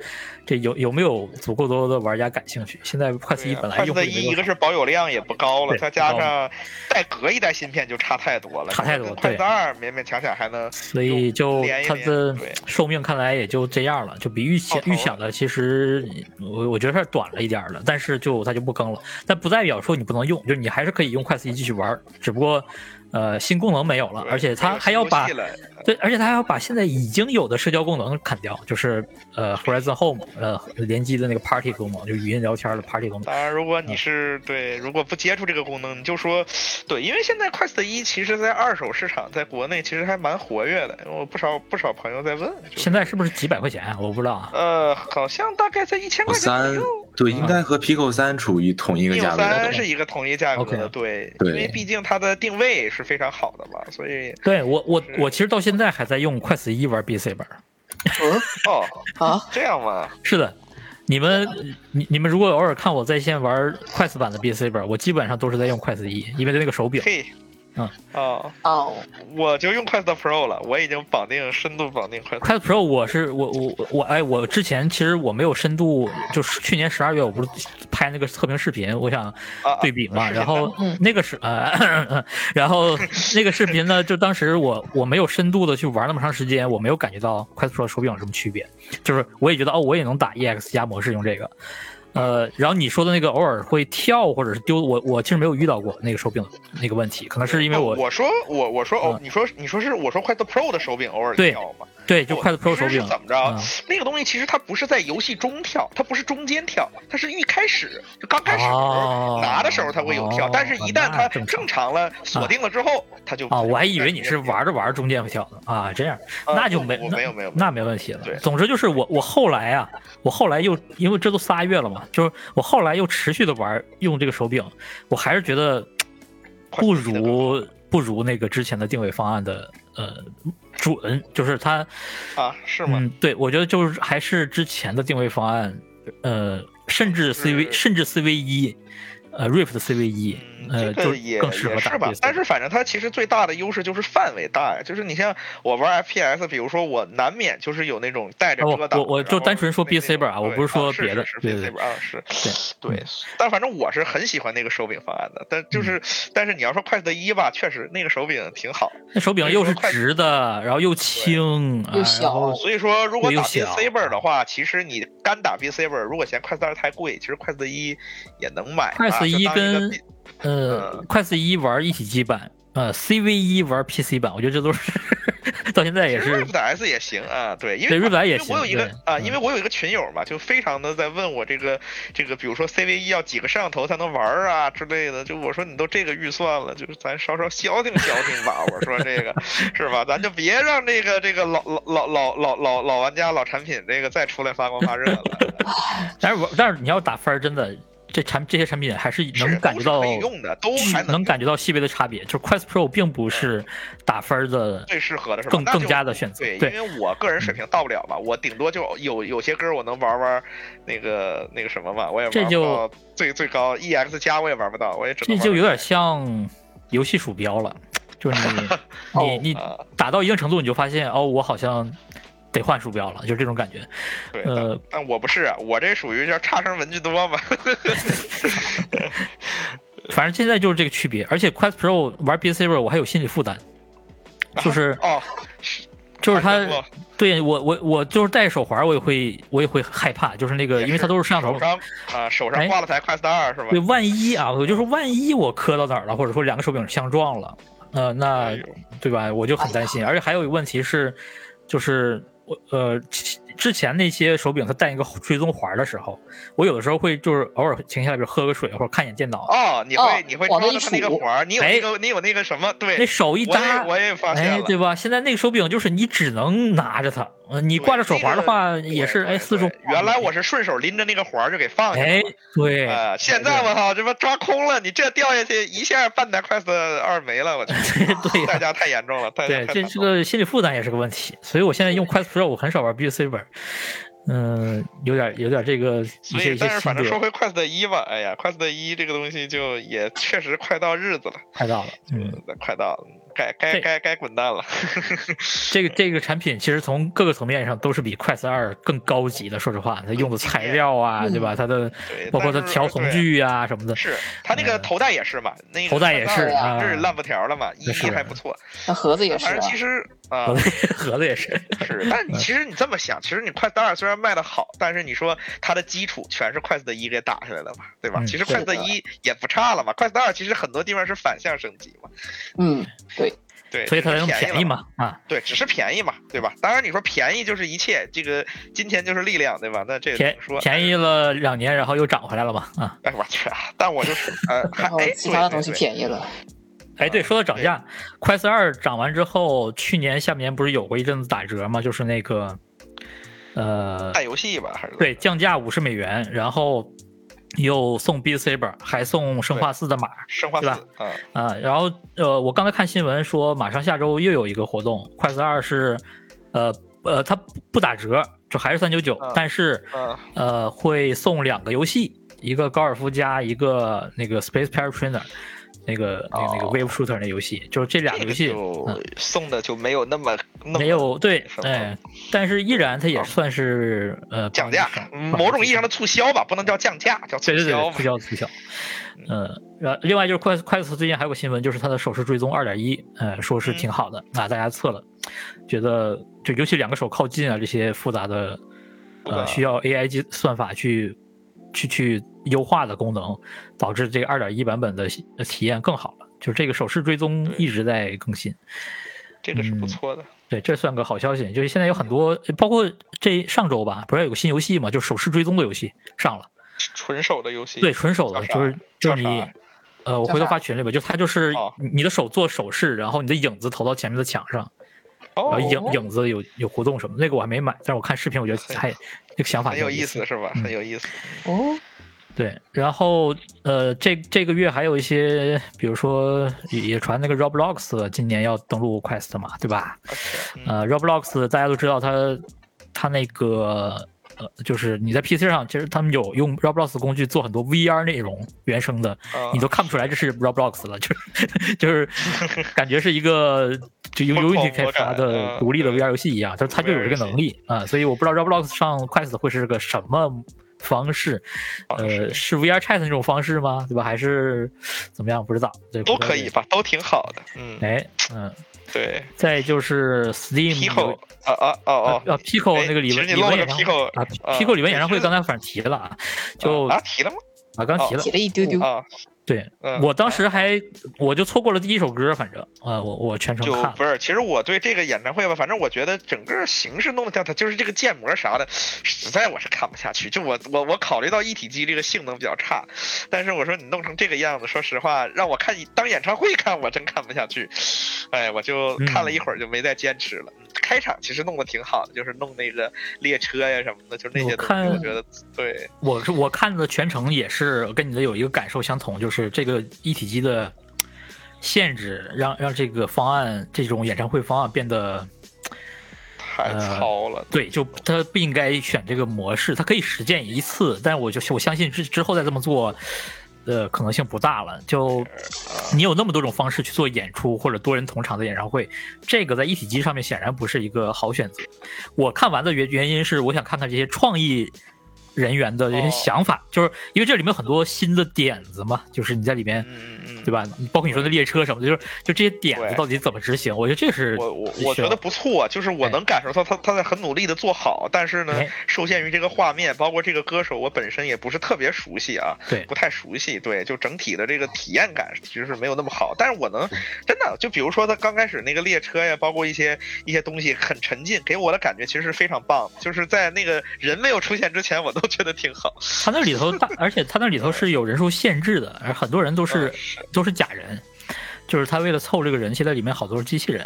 这有有没有足够多的玩家感兴趣。现在 Quest 一本来用户
的
也没
一
多
一个
少
是保有量也不高了，
对
再
不高
加上再隔一代芯片就差太多了，
差太多
跟筷子
对
二勉勉强强还能
所以就
连一
它
连
的
对哦
寿命看来也就这样了，就比预想
到
预
头了
想的其实我我觉得是短了一点儿了，但是就它就不更了，但不代表说你不能用，就是你还是可以用快四一继续玩儿，只不过呃新功能没有了，而且它还要把
游戏了
对，而且它还要把现在已经有的社交功能砍掉，就是呃 Horizon Home 呃联机的那个 Party 功能，就语音聊天的 Party 功能，
当然，
嗯
如果你是对，如果不接触这个功能，你就说，对，因为现在 Quest 一其实在二手市场在国内其实还蛮活跃的，我不少不少朋友在问，就是
现在是不是几百块钱啊？我不知道啊。
呃，好像大概在一千块钱左
三
嗯
右。
对，应该和 Pico 三处于同一个
Neo
价位
三
的。
是一个统一价格
OK
的，对，
对
因为毕竟它的定位是非常好的嘛，所以
对我我我其实到现在还在用快四一玩 B C 本儿，
哦，
嗯啊，
这样嘛，
是的，你们你你们如果偶尔看我在线玩快四版的 B C 本儿，我基本上都是在用快四一，因为那个手柄。
嘿，
嗯
哦，
哦，
我就用 Quest Pro 了，我已经绑定深度绑定 Quest，
Quest Pro 我是我我我我哎，我之前其实我没有深度，就是去年十二月我不是拍那个测评视频，我想
啊
对比嘛，
是
然后
嗯
那个是呃，然后那个视频呢，就当时我我没有深度的去玩那么长时间，我没有感觉到 Quest Pro 手柄有什么区别，就是我也觉得哦，我也能打 EX 加模式用这个，呃，然后你说的那个偶尔会跳或者是丢，我我其实没有遇到过那个手柄那个问题，可能是因为
哦
我啊
我说我我说哦，你说你说是我说 Quest Pro 的手柄偶尔
对
跳嘛，
对就
我
Quest Pro
其
手
实是
柄
怎么着
嗯？
那个东西其实它不是在游戏中跳，它不是中间跳，它是一开始就刚开始
哦
拿的时候它会有跳，
哦
但是一旦
那
它
正常啊
正常了锁定了之后，它就
啊，我还以为你是玩着玩着中间会跳呢啊，这样
呃
那就
不
没
我
那
没有没有没有
那没问题了
对。
总之就是我我后来啊，我后来又因为这都仨月了嘛，就是我后来又持续的玩用这个手柄，我还是觉得
快
不
记得
如不如那个之前的定位方案的呃准，就是它
啊是吗？
嗯，对我觉得就是还是之前的定位方案，呃，甚至 CV
是
甚至 CV 一，呃 Rift CV 一，呃，
嗯，这
就
个也
更适合
也
打
是吧
PS4。，
但是反正它其实最大的优势就是范围大呀，就是你像我玩 FPS，比如说我难免就是有那种带着
啊我
遮挡，
我我就
然后
单纯说
那那
Beat Saber 啊
种
我
对
不是说
啊是
别的
是是
对嗯
Beat
对
Saber 啊是
对
对，但反正我是很喜欢那个手柄方案的，但
嗯
就是但是你要说快速一吧，确实那个手柄挺好，
那手柄又是直的，然后又轻，啊
又小
然后
所以说如果
又
打 Beat
小
Saber 的话，其实你干打 Beat Saber，如果嫌快速二太贵，其实快速一也能买吧，啊
快速
就
一
当个
跟
Beat-
呃
嗯，
快四一玩一体机版，呃，CV 一玩 PC 版，我觉得这都是 到现在也
其实
是
Rift S 也行啊，对，因
对
为
，Rift S 也
因为我
行
有一个
对
啊，
嗯
因为我有一个群友嘛，就非常的在问我这个这个，比如说 CV 一要几个摄像头才能玩儿啊之类的，就我说你都这个预算了，就是咱稍稍消停消停吧，我说这个是吧？咱就别让这个这个老老老老老老老玩家老产品这个再出来发光发热了，
但是我但是你要打分儿，真的这产这些产品还是
是
能感觉到
都是可以用的，都
巨
还
能感觉到细微的差别，就是 Quest Pro 并不是打分儿的
最适合的是吧？
更
那就
更加的选择，
对，因
对嗯
为我个人水平到不了嘛，我顶多就有有些歌我能玩玩，那个那个什么嘛，我也
这
玩不
就
到最最高 EX 加我也玩不到，我也只
这
能
就
玩
有点像游戏鼠标了，就是 你你你
啊
打到一定程度，你就发现哦，我好像得换鼠标了，就是这种感觉。
对，但
呃，
但我不是啊，我这属于叫差生文具多嘛，
反正现在就是这个区别。而且 Quest Pro 玩 B C 我还有心理负担，就是
哦，
就是它
看见过
对我我我就是戴手环，我也会我也会害怕，就是那个
也
因为它
是
都是摄像头嘛。
手上啊手
哎
上挂了台 Quest 二是吧
对，？万一啊，我就说万一我磕到哪儿了，或者说两个手柄相撞了，呃，那
哎呦
对吧？我就很担心。而且还有一个问题是，就是我呃其之前那些手柄它带一个追踪环的时候，我有的时候会就是偶尔停下来，比如喝个水或者看一眼电脑，
哦，你
哦
会你会抓
往那
着
一
它那个
杵
环儿，你有
哎
那个你有那个什么？
那
对，
手一
我也
搭，
我也发现
哎，
了
对。吧？现在那个手柄就是你只能拿着它，呃，你挂着手环的话
对
也是
对
哎四处
对。原来我是顺手拎着那个环儿就给放下了。
哎对，，
啊、现在我操，这不抓空了，你这掉下去一下半台 Quest 二没了，我去
对呀
代价太严重了，代价
对，
太
这这
惨重了
个心理负担也是个问题，所以我现在用 Quest Pro 我很少玩 Beat Saber，嗯、有点有点这个一
所
些
以，
一些
但是
心
反正说
得
回 Quest 一吧，哎呀，Quest 一这个东西就也确实快到日子了，
快到了，嗯，
快到了，该该
对
该该滚蛋了。
这个这个产品其实从各个层面上都是比快四二更高级的。说实话，它用的材料啊，
嗯
对吧？它的
对，
包括它
但是
调红
对
距啊什么的，
是他那个
嗯
头戴也是嘛，那个
头戴也
三
是
二
啊
这是烂布条了嘛，一
是
一还不错。
那盒子也是
反正
啊
其，实啊，
盒子也是。
是，但
嗯
你其实你这么想，其实你快二虽然卖的好，但是你说它的基础全是快速的一给打下来的嘛，对吧？
嗯
其实快速的一也不差了嘛，快速的二其实很多地方是反向升级嘛，
嗯，
对，
所以它才
只
能
是
便宜
了嘛，
嘛啊，
对，只是便宜嘛，对吧？当然你说便宜就是一切，这个金钱就是力量，对吧？那这个
便
怎么说？
便宜了两年，然后又涨回来了嘛啊。
哎，我去啊！但我就是 呃，还
然后
哎，
其他的
对
东西。
对对
便宜了，
哎，对，说到涨
啊对
价，快四二涨完之后，去年下半年不是有过一阵子打折吗？就是那个，呃，
带游戏吧，还是
对，降价五十美元，然后又送 B Saber，还送生化四的码
生化四
对吧
啊，
啊。然后呃，我刚才看新闻说，马上下周又有一个活动，快四二是，呃呃，它不不打折，就还是三九九
嗯，
但是
嗯
呃会送两个游戏，一个高尔夫加一个那个 Space Pirate Trainer。那个、那个、那个
哦
Wave Shooter 那游戏，就是这俩
这
游
个
戏，嗯
就送的就没有那么那么
没有对
什，么
哎，但是依然它也
啊
算是呃
降价，嗯某种意义上的
的
促销吧，不能叫降价，叫促
对对
销
对
嘛嗯
促。销促销，呃，然后另外就是快快速最近还有个新闻，就是它的手势追踪二点一，呃，说是
嗯
挺好的，啊，大家测了，觉得就尤其两个手靠近啊这些复杂的
复杂
呃需要 AI 计算法去去去优化的功能，导致这个二点一版本的呃体验更好了，就是这个手势追踪一直在更新。
这个是
嗯
不错的。
对，这算个好消息。就是现在有很
嗯
多，包括这上周吧，不是有个新游戏嘛，就是手势追踪的游戏上了。
纯手的游戏，
对，，纯手
叫
的，
啥
就是就
叫
是
啥
你，呃，我
叫
回头
啥
发群里吧，就它就是
哦
你的手做手势，然后你的影子投到前面的墙上，然
哦
后，影影子有有活动什么的。那个我还没买，但是我看视频，我觉得还这个想法
很
挺
有
意
意
思
思
的。
是吧？
嗯
很有意思。
哦，
对，然后呃，这这个月还有一些，比如说也也传那个 Roblox 今年要登陆 Quest 嘛，对吧？
嗯
呃，Roblox 大家都知道它，它那个呃，就是你在 PC 上，其实他们有用 Roblox 工具做很多 VR 内容原生的，
啊
你都看不出来这是 Roblox 了，就是就是感觉是一个就由
疯狂
Unity 开
魔改
发的
嗯
独立的
对
VR 游戏一样，它它就有这个能力啊、所以我不知道 Roblox 上 Quest 会是个什么。方式，
方式
呃，是 VR Chat 那种方式吗？对吧？还是怎么样？不知道，对，
都
回头
可以吧，都挺好的。嗯，
哎，嗯，
对
再就是 Steam 有
，Pico 啊啊哦
啊啊
哦，
，Pico
哎
那个李
其实
文
你
李文
漏了
演唱会
Pico，
啊
啊
，Pico 李文演唱会
其实
刚才反正提了啊，就
啊提了吗？
啊刚提了
提，了一丢丢，
啊，
对
嗯
我当时还我就错过了第一首歌，反正啊我我全程
就
看了
不是，其实我对这个演唱会吧，反正我觉得整个形式弄得掉，它就是这个建模啥的，实在我是看不下去。就我我我考虑到一体机这个性能比较差，但是我说你弄成这个样子，说实话，让我看当演唱会看，我真看不下去。哎，我就
嗯
看了一会儿就没再坚持了。开场其实弄得挺好的，就是弄那个列车呀什么的，就是那些
我
东
看
西，我觉得对，
我是我看的全程也是跟你的有一个感受相同，就是这个一体机的限制让让这个方案这种演唱会方案变得
太
呃
糙了。
对，就它不应该选这个模式，它可以实践一次，但我就我相信之之后再这么做，呃，可能性不大了。就你有那么多种方式去做演出或者多人同场的演唱会，这个在一体机上面显然不是一个好选择。我看完的原原因是，我想看看这些创意。人员的这些
哦
想法，就是因为这里面有很多新的点子嘛，就是你在里面，
嗯嗯嗯
对吧？你包括你说的列车什么的，就是就这些点子
对
到底怎么执行，我觉得这是
我我我
需
觉
要
得不错，啊就是我
哎
能感受到他他在很努力的做好，但是呢
哎，
受限于这个画面，包括这个歌手，我本身也不是特别熟悉啊，
对
不太熟悉，对，就整体的这个体验感其实是没有那么好，但是我能真的就比如说他刚开始那个列车呀，包括一些一些东西很沉浸，给我的感觉其实是非常棒，就是在那个人没有出现之前，我都觉得挺好，
他那里头大，而且他那里头是有人数限制的，而很多人都是
嗯是
都是假人，就是他为了凑这个人气，在里面好多是机器人。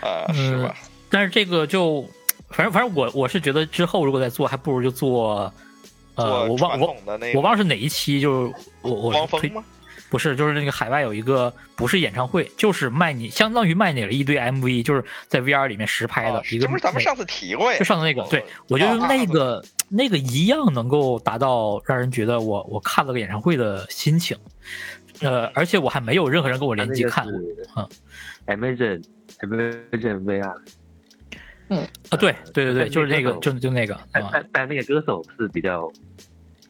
啊、是
嗯
吧？，
但是这个就，反正反正我我是觉得之后如果再做，还不如就做，呃，我
做
忘
传
我
统的那
我
个
忘了是哪一期，就是我我
汪
推
峰吗？
不是，就是那个海外有一个不是演唱会，就是卖你相当于卖你了一堆 MV，就是在 VR 里面实拍的
啊
一
这
个美。
不是咱们上次提过呀？哦
就上次那个，对我觉得哦那个那个一样能够达到让人觉得我我看了个演唱会的心情，呃，而且我还没有任何人跟我
它
联
那
机
个
看过
是
嗯
Amazon Amazon VR，
啊，对对对对，
但
就是那个
那个
就就那个
但
啊，
但但那个歌手是比较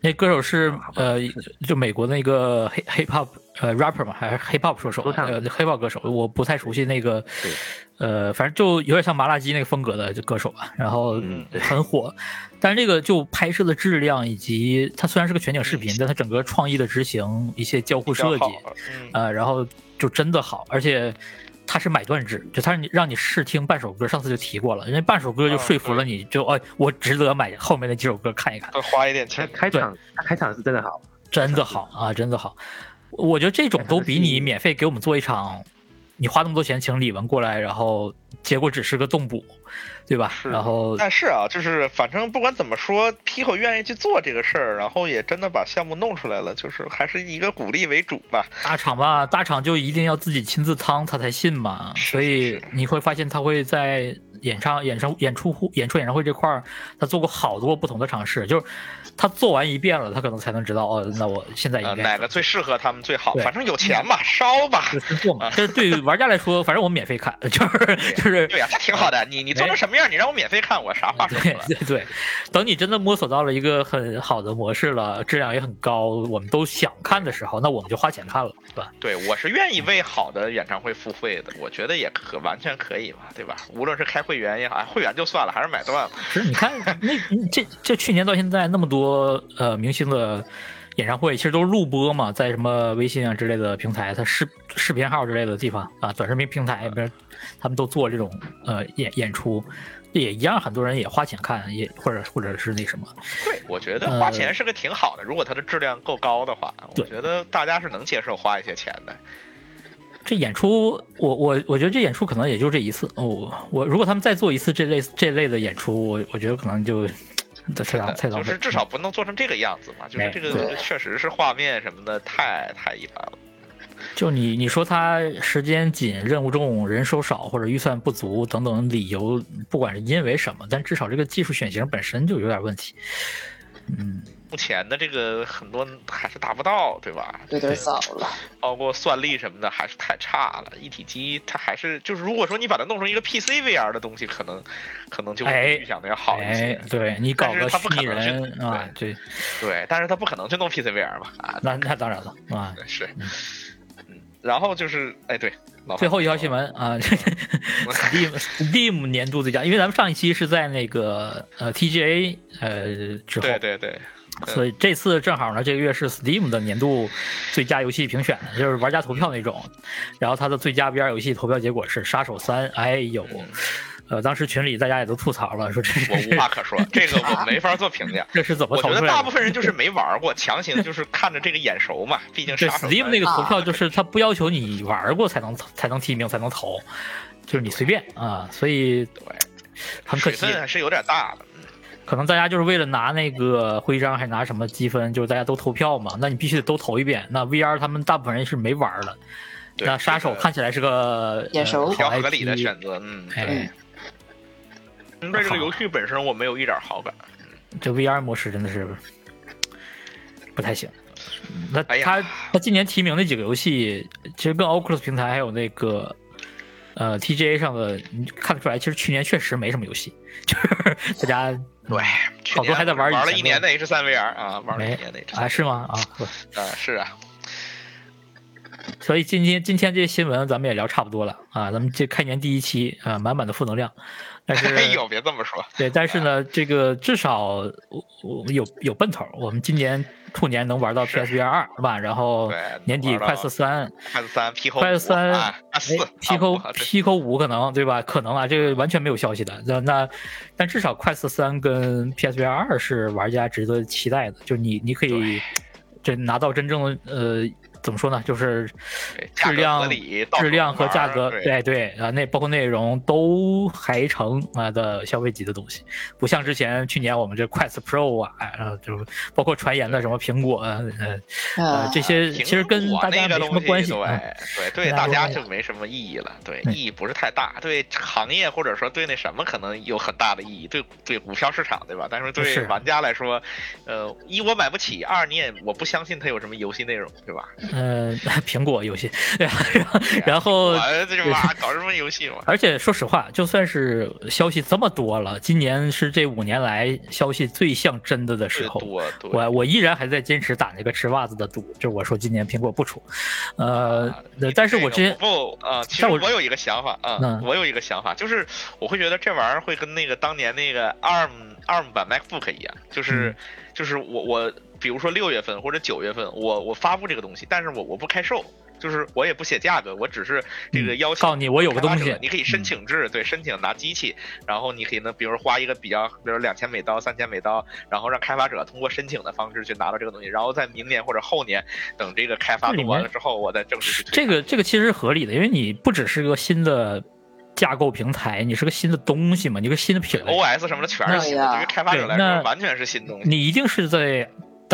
那歌手是
啊好吧
呃，就美国那个 hip hip hop 呃 rapper 嘛，还是 hip hop 说手
说
嘛，
唱
呃 hip hop 歌手，我不太熟悉那个
对，
呃，反正就有点像麻辣鸡那个风格的就歌手吧，然后
嗯
很火，但是这个就拍摄的质量以及它虽然是个全景视频，但它整个创意的执行、一些交互
比较
设计，
好嗯，
呃，然后就真的好，而且它是买断制，就它让你让你试听半首歌，上次就提过了，人家半首歌就
嗯
说服了你，就哎，我值得买后面那几首歌看一看，
会花一点
它
钱。
开
对
场它开场是真的好，
真的好啊，真的好，我觉得这种都比你免费给我们做一场，你花那么多钱请李玟过来，然后结果只是个动捕，对吧？
是
然后
但是啊，就是反正不管怎么说，Pico 愿意去做这个事儿，然后也真的把项目弄出来了，就是还是以一个鼓励为主吧。
大厂吧，大厂就一定要自己亲自趟，他才信嘛。
是
所以
是
你会发现，他会在演唱、演唱、演出、演出、演唱会这块儿，他做过好多不同的尝试。就是他做完一遍了，他可能才能知道哦，那我现在
呃，
应该、
哪个最适合他们最好？
对
反正有钱嘛，烧吧。
就是做
啊
嘛？这对于玩家来说，反正我免费看， 就是就是
对呀、这挺好的。你你做成什么样，你让我免费看，我啥话说不
哎对
了。
对 对，等你真的摸索到了一个很好的模式了，质量也很高，我们都想看的时候，那我们就花钱看了，对吧？
对，我是愿意为好的演唱会付费的，我觉得也可完全可以嘛，对吧？无论是开会员也好，哎会员就算了，还是买断吧。
是，你看那这这去年到现在那么多呃明星的演唱会，其实都是录播嘛，在什么微信啊之类的平台，它视视频号之类的地方啊，短视频平台，比如他们都做这种呃演演出，也一样，很多人也花钱看，也或者或者是那什么，
对，我觉得花钱是个挺好的，如果它的质量够高的话，我
呃对
觉得大家是能接受花一些钱的。
这演出，我我我觉得这演出可能也就这一次。哦，我如果他们再做一次这类这类的演出，我我觉得可能就太浪太浪费
呃就是
了。
至少不能做成这个样子嘛，就是
没
这个
对
确实是画面什么的太太一般了。
就你你说他时间紧、任务重、人手少或者预算不足等等理由，不管是因为什么，但至少这个技术选型本身就有点问题。嗯，
目前的这个很多还是达不到，对吧？
有点早了。
包括算力什么的还是太差了。一体机它还是就是，如果说你把它弄成一个 PC VR 的东西，可能可能就比
哎
预想的要好一
哎
些。，
对你搞个
但是他不
虚
可
拟
能去
人啊，对，
对，但是它不可能去弄 PC VR 嘛啊，
那那当然了啊。
是。嗯，然后就是哎对，老
最后一条
新
新
闻。
闻啊 ，Steam Steam 年度最佳，因为咱们上一期是在那个呃 TGA 呃之后，
对对对，
所以这次正好呢，这个月是 Steam 的年度最佳游戏评选，就是玩家投票那种。然后它的最佳 VR 游戏投票结果是《杀手三》，哎呦，呃，当时群里大家也都吐槽了，说这
嗯我无
是
话可说，这个我没法做评价。
这是怎么
我
投
觉
出
得
来
大部
的？
分人就是没玩过，强行就是看着这个眼熟嘛，毕竟
对
杀手
Steam
三
那个投票就是它不要求你玩过才能才能提名才能投，就是你随便啊，所以很可
水
惜。啊
分还是有点大的。
可能大家就是为了拿那个徽章，还拿什么积分，就是大家都投票嘛，那你必须得都投一遍。那 VR 他们大部分人是没玩儿的，
对
那杀手
这个
看起来是个
眼熟
呃、
比较
好 IP,
合理的选择，嗯，
哎，
嗯对这个游戏本身我没有一点好感。
这 VR 模式真的是不太行。那
哎呀
他、他今年提名那几个游戏，其实跟 Oculus 平台还有那个呃 TGA 上的，你看得出来，其实去年确实没什么游戏，就是 大家
对，去
好多
年
还在玩
玩
儿以前
了一年的 H 三 VR 啊，玩了一
没
年的 H
啊
三
是吗啊？不
啊，是啊，
所以今天今天这些新闻咱们也聊差不多了啊，咱们这开年第一期啊、满满的负能量，但是
哎呦，别这么说，
对，但是呢，这个至少我我有有奔头儿，我们今年兔年能玩到
是
PSVR 二是吧？然后
对
年底
能玩到
快速三。
快速三 P 后
快三哎
啊啊四啊
P
五
Q
啊对
P Q 五可能对吧？可能啊，这个完全没有消息的。那那，但至少快四三跟 P S V R 二是玩家值得期待的。就你你可以这拿到真正的呃怎么说呢？就是
对价格
质量
合理到
质
手
量和
玩儿
价格，
对
对对啊，那包括内容都还成啊的消费级的东西，不像之前去年我们这 Quest Pro 啊，啊就包括传言的什么苹果啊呃呃
啊，
这些，
苹
其实跟
果
大家没
那个
什么
东西
关系。
对
嗯
对对，
大
大
家
家
都
就没什么意义了，对，
对
意义不是太大，对行业或者说对那什么可能有很大的意义，对对股票市场对吧？但是对
是
呃玩家来说，呃，一我买不起，二你也我不相信它有什么游戏内容，对吧？
呃， 苹果游戏， 然
哎
后然后
我这 妈搞什么游戏嘛？
而且说实话，就算是消息这么多了，今年是这五年来消息最像真的的时
最
候。
多对
我我依然还在坚持打那个吃袜子的赌，就是我说今年苹果不出，呃，
啊你
但是
这
我
个
之前
不啊、其实
但我
我有一个想法啊、
嗯
我有一个想法，就是我会觉得这玩意儿会跟那个当年那个 ARM ARM 版 MacBook 一样，就是、
嗯
就是我我比如说六月份或者九月份，我我发布这个东西，但是我我不开售。就是我也不写价格，我只是这个
嗯
邀请、
告诉你我有个东西
你可以申请制，对，申请拿机器，然后你可以呢，比如花一个比较，比如两千美刀、三千美刀，然后让开发者通过申请的方式去拿到这个东西，然后在明年或者后年等这个开发
这里
做完
面
了之后，我再正式去推。
这个这个其实是合理的，因为你不只是个新的架构平台，你是个新的东西嘛，你是个新的品类，
OS 什么的全是新的，
那呀
对于开发者来
对那
说完全是新东西。
你一定是在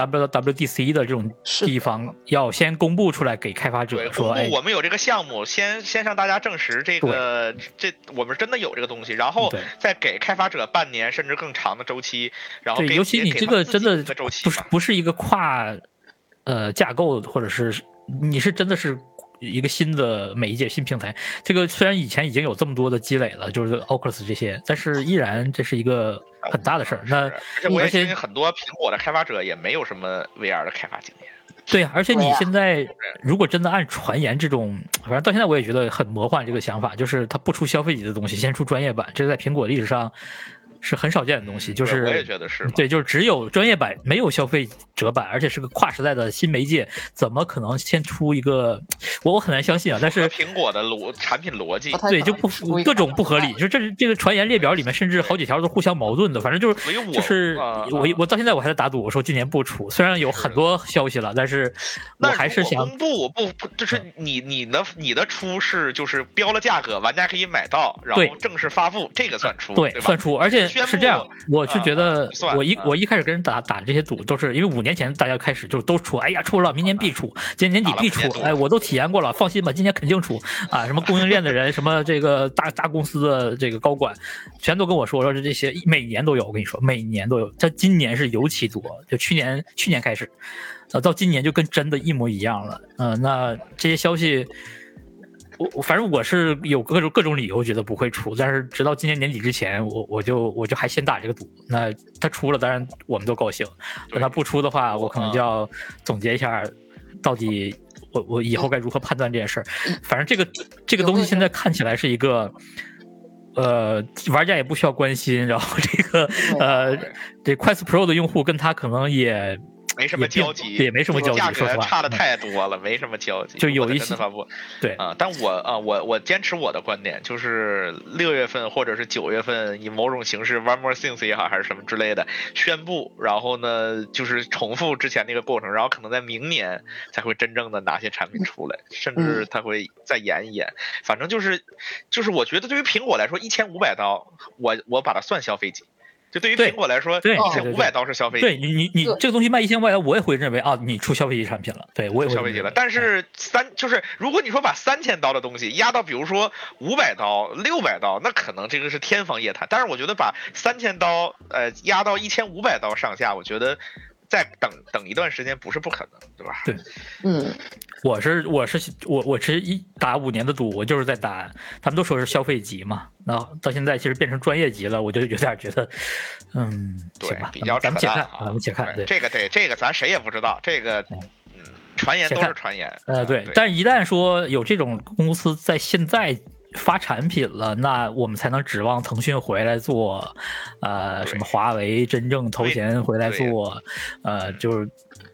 WWDC 的这种
是
地方要先公布出来给开发
对，
者说，
公
哎
布，我们有这个项目，先先让大家证实这个这我们真的有这个东西，然后
对
再给开发者半年甚至更长的周期，然后
对，
给
尤其你这个真
的
的
周期
不是
嘛
不是一个跨呃架构，或者是你是真的是一个新的媒介、新平台。这个虽然以前已经有这么多的积累了，就是 Oculus 这些，但是依然这是一个很大的事儿。那
是而且我也
而且
相信很多苹果的开发者也没有什么 VR 的开发经验。
对啊呀，而且
对
你
啊
呀
现在如果真的按传言这种，反正到现在我也觉得很魔幻这个想法，就是它不出消费级的东西，先出专业版，这在苹果历史上是很少见的东西，
嗯
就
对
是
我也觉得是嘛
对，就是只有专业版，没有消费者版，而且是个跨时代的新媒介，怎么可能先出一个？我我很难相信啊，但
和
是。
苹果的逻产品逻辑
不，太
对，
可
就
能
不
出一个
各种不合理，就这是这个传言列表里面，甚至好几条都互相矛盾的，反正就是
所以我
就是
啊
我我到现在我还在打赌，我说今年不出，虽然有很多消息了，但是我
那
还是
如果
想嗯
公布，不不，就是你你的你的出是就是标了价格，玩家可以买到，然
对
后正式发布，这个算出，
对
对，吧
算？出，而且
宣
是这样
布，
我是觉
啊
得
不算
我一
啊
我一开始跟人打打这些赌，都是因为五年前大家开始就都出，哎呀出了，明年必出，今年年底必
打了
出
五年，多
哎，我都体验过了，放心吧，今年肯定出啊！什么供应链的人，什么这个大大公司的这个高管，全都跟我说，说是这些每年都有，我跟你说，每年都有，但今年是尤其多，就去年去年开始，呃，到今年就跟真的一模一样了，嗯、那这些消息。我我反正我是有各种各种理由觉得不会出，但是直到今年年底之前，我我就我就还先打这个赌。那它出了，当然我们都高兴；
对
等它不出的话，我可能就要总结一下，到底我我以后该如何判断这件事儿。反正这个这个东西现在看起来是一个。呃，玩家也不需要关心，然后这个呃，这快速 Pro 的用户跟他可能也
没什么
也并
交集，
也没什么交集
价
说实
格
话嗯
差的太多了，没什么交集。
就有一
我
些
真的发布
对
啊，但我啊，我我坚持我的观点，就是六月份或者是九月份，以某种形式，One More Things 也好，还是什么之类的宣布，然后呢，就是重复之前那个过程，然后可能在明年才会真正的拿些产品出来，甚
嗯
至它会再延一延。反正就是，就是我觉得对于苹果来说，一千五百刀，我我把它算消费级。就对于
对
苹果来说，
对
一
对
千
对
五百刀是消费级。
对你你你
对
这个东西卖一千块钱，我也会认为啊，你出消费级产品了，对我也会
消费级
这么认为
了。
哎
但是三就是，如果你说把三千刀的东西压到，比如说五百刀、六百刀，那可能这个是天方夜谭。但是我觉得把三千刀呃压到一千五百刀上下，我觉得再等等一段时间不是不可能，对吧？
对
嗯，
我是我是我我其实一打五年的赌，我就是在打，他们都说是消费级嘛，然后到现在其实变成专业级了，我就有点觉得，嗯，
对
行吧，
比较
咱们
扯
且
淡
看
啊
咱们且看，对，
这个对这个咱谁也不知道，这个
嗯
嗯，传言
且
都
看
是传言。嗯
呃，对，但是一旦说有这种公司在现在发产品了，那我们才能指望腾讯回来做，呃，
对
什么华为真正投钱回来
对
做，呃，就是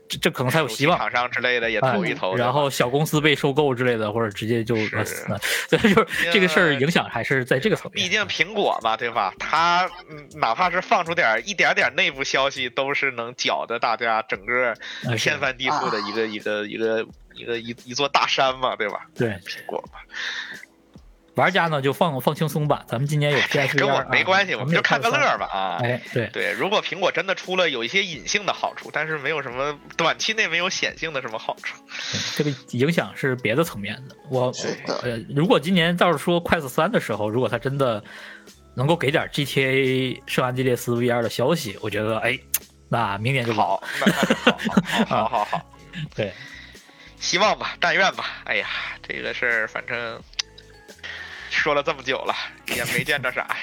这这可能才有
手
希
机
望。
厂商之类的也
哎
投一投，对吧
然后小公司被收购之类的，或者直接就
是
呃死了，所以就是这个事儿影响还是在这个层面。
毕竟苹果嘛，对吧？它嗯哪怕是放出点儿一点点内部消息，都是能搅得大家整个
呃是
天翻地覆的一个一个一个一个一一座大山嘛，对吧？
对
苹果嘛，
玩家呢就放放轻松吧，咱们今年有 PS
哎跟我没关系，啊我们就看个乐儿
吧。
吧啊。
哎，对，
对，如果苹果真的出了有一些隐性的好处，但是没有什么短期内没有显性的什么好处。
这个影响是别的层面的。我
是的，
呃，如果今年到时说快速三的时候，如果他真的能够给点 GTA 圣安地列斯 VR 的消息，我觉得哎，那明年就完了
好，那那就好好好好好好，
对，
希望吧，但愿吧。哎呀，这个事儿反正说了这么久了，也没见 着啥呀。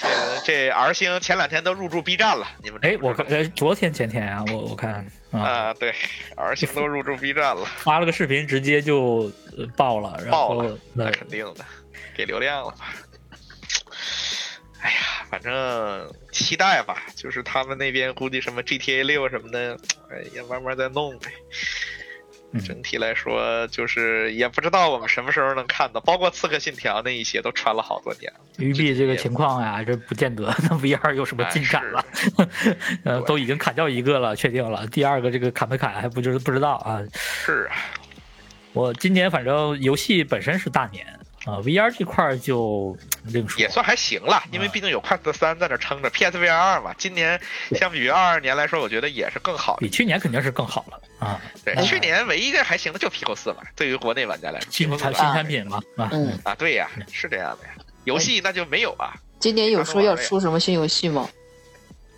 这这 R 星前两天都入驻 B 站了，你们
哎，我看哎，昨天前天啊，我我看啊，
啊，对，R 星都入驻 B 站了，
发了个视频，直接就呃爆了，然
爆
后
了那
呃
肯定的，给流量了吧？哎呀，反正期待吧，就是他们那边估计什么 GTA 六什么的，哎，也慢慢再弄呗。
嗯
整体来说，就是也不知道我们什么时候能看到，包括《刺客信条》那一些都传了好多年了。
育碧这个情况呀，这不见得那 VR 有什
哎
么进展了， 呃，
对
都已经砍掉一个了，确定了，第二个这个砍没砍还不就是不知道啊。
是啊，
我今年反正游戏本身是大年啊、v r 这块儿就嗯另说
也。算还行了，因为毕竟有《快乐三》在那撑着，PSVR 二嘛，今年相比于二二年来说，我觉得也是更好的
比。去年肯定是更好了啊，
对，
哎
去年唯一一个还行的就 PQ 四嘛，对于国内玩家来说
新
，PQ
产
四
新产品嘛啊，
嗯，
啊，对呀，是这样的呀。游戏那就没有啊，
今年有说要出什么新游戏吗？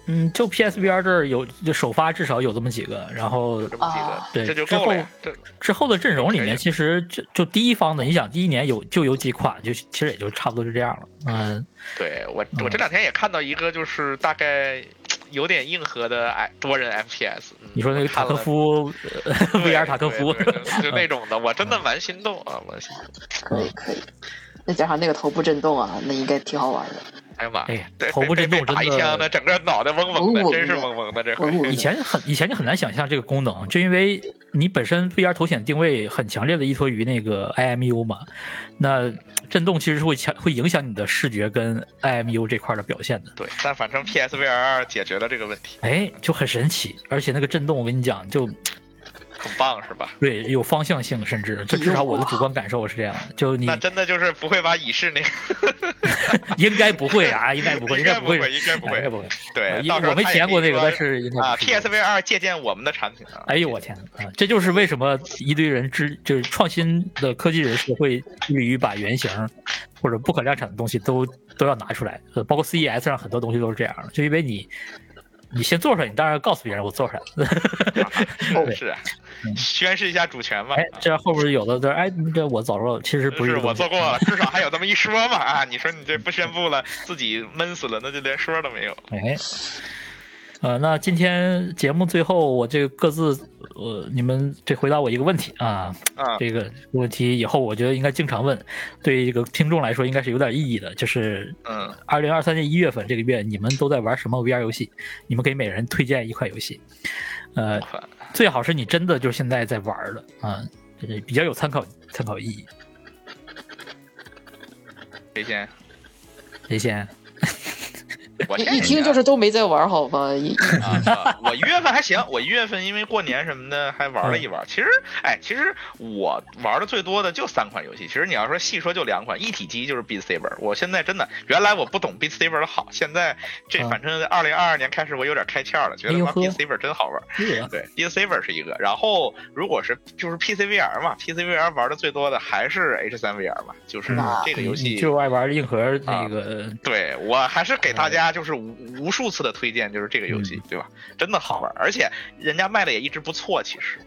嗯，就 PSVR 这儿有就首发至少有这么几个，然后
这么几个，
对
这就
之
够
后
了呀。这
之后的阵容里
可以
面，其实就就第一方的，你想第一年有就有几款，就其实也就差不多就这样了。嗯，
对我
嗯
我这两天也看到一个，就是大概有点硬核的哎多人 FPS。嗯
你说那个
我看
塔
了
科夫呃 VR
对
塔科
对
夫，
对对 就那种的，我真的蛮心动啊！我心动，
可以可以，再加上那个头部震动啊，那应该挺好玩的。
哎呀妈
哎呀，
对
头部
被
震动
被打一
真的
枪的，啊整个脑袋嗡嗡的，
嗡嗡的
真是嗡嗡的。这 回
我我
以前很以前就很难想象这个功能，就因为你本身 VR 头显定位很强烈的依托于那个 IMU 嘛，那震动其实是会强会影响你的视觉跟 IMU 这块的表现的。
对，但反正 PSVR 解决了这个问题，
哎，就很神奇，而且那个震动我跟你讲，就
很棒是吧？
对有方向性，甚至就至少我的主观感受是这样的。就你
那真的就是不会把乙式那个，
应该不会啊，应该不会，
应
应
该
该
不
不
会
会，
应该不会
应该不会。
对，
因
到时
为
候
我没体验过
那
这个，但是应该
啊
不是
，PSVR 借鉴我们的产品啊。
哎呦我天啊！这就是为什么一堆人之就是创新的科技人士会致力于把原型或者不可量产的东西都都要拿出来，呃，包括 CES 上很多东西都是这样的，就因为你你先做出来，你当然要告诉别人我做出来了。
啊是啊，宣示一下主权嘛。
嗯哎，这后边有的就是哎，这我早知道，其实不
是
这
我
东西
做过了，至少还有这么一说嘛啊！你说你这不宣布了，自己闷死了，那就连说都没有。
哎，呃，那今天节目最后，我这个各自呃，你们这回答我一个问题啊，
啊
这个问题以后我觉得应该经常问，对这个听众来说应该是有点意义的，就是
嗯，
二零二三年一月份这个月你们都在玩什么 VR 游戏？你们给每人推荐一款游戏，呃，最好是你真的就是现在在玩儿的啊。这比较有参考参考意义。
谁先？
谁先？
我
那
先
一听就是都没在玩，好吧？ 一一
啊， 啊我一月份还行，我一月份因为过年什么的还玩
嗯
了一玩。其实，哎，其实我玩的最多的就三款游戏。其实你要说细说就两款，一体机就是 Beat Saber。我现在真的，原来我不懂 Beat Saber 的好，现在这
嗯
反正二零二二年开始我有点开窍了，觉得
哎呦
妈
呵
Beat Saber 真好玩。
这
对，Beat Saber 是一个。然后如果是就是 PCVR 嘛，PCVR 玩的最多的还是 H3VR 嘛，就是
嗯
啊
这个游戏。啊
就爱玩硬核那个
对我还是给大家就是无无数次的推荐，就是这个游戏，对吧？真的好玩，而且人家卖的也一直不错，其实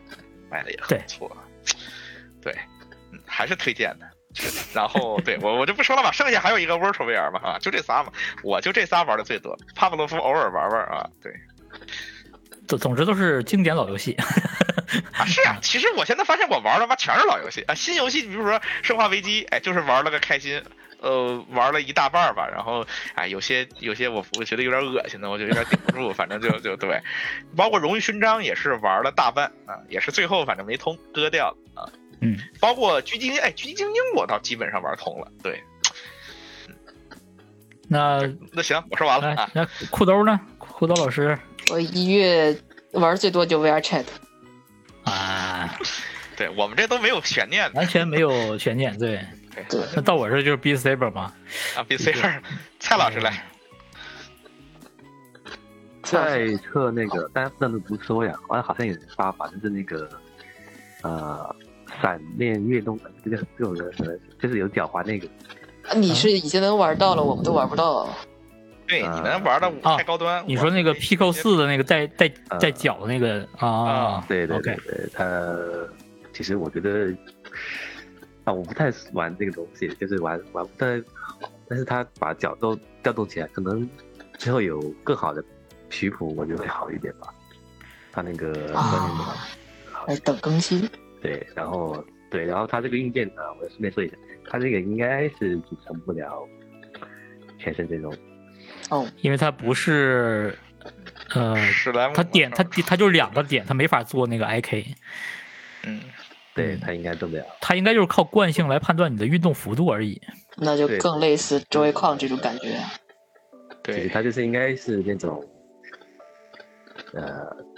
卖的也
对
很不错，对，嗯还是推荐的。 然后对我我就不说了吧，剩下还有一个 Virtual VR 嘛，啊，就这仨嘛，我就这仨玩的最多，帕布洛夫偶尔玩玩啊，对
总总之都是经典老游戏。
啊是啊，其实我现在发现我玩的妈全是老游戏啊，新游戏你比如说《生化危机》，哎，就是玩了个开心，呃，玩了一大半儿吧，然后哎，有些有些我我觉得有点恶心的，我就有点顶不住，反正就就对，包括《荣誉勋章》也是玩了大半啊，也是最后反正没通，割掉了啊，
嗯，
包括《狙击精英》，哎，《狙击精英》我倒基本上玩通了，对，
那
那行，我说完了
哎
啊，，
那裤兜呢？裤兜老师
我一月玩最多就 VR Chat，
啊，
对我们这都没有悬念的
完全没有悬念。对，
对，
那到我这就是 B Saber 嘛。
啊，B C 二， 蔡老师来，
嗯
在测那个，大家不知道那不说呀，好像好像有人发吧，就是那个呃，闪电跃动，这个这种人可能就是有脚环那个，
啊你是已经能玩到了，我们都玩不到。啊
对你们玩的
啊
太高端，
你
我
说那个
没
Pico 四的那个带带
呃
带脚的那个啊
啊？
对对
OK
对对，他其实我觉得啊，我不太玩这个东西，就是玩玩不太好。但是他把角都调动起来，可能之后有更好的曲谱，我觉得会好一点吧。他那个观念
啊，还等更新。
对，然后对，然后它这个硬件呢，我顺便说一下，它这个应该是组成不了全身这种，
哦，
因为它不是，呃，
史莱姆
它点它它就是两个点，它没法做那个 IK，
嗯，
对，
嗯
它应该做不了。
它应该就是靠惯性来判断你的运动幅度而已。
那就
对
更类似周围矿这种感觉。啊
其实
对，
它就是应该是那种，呃，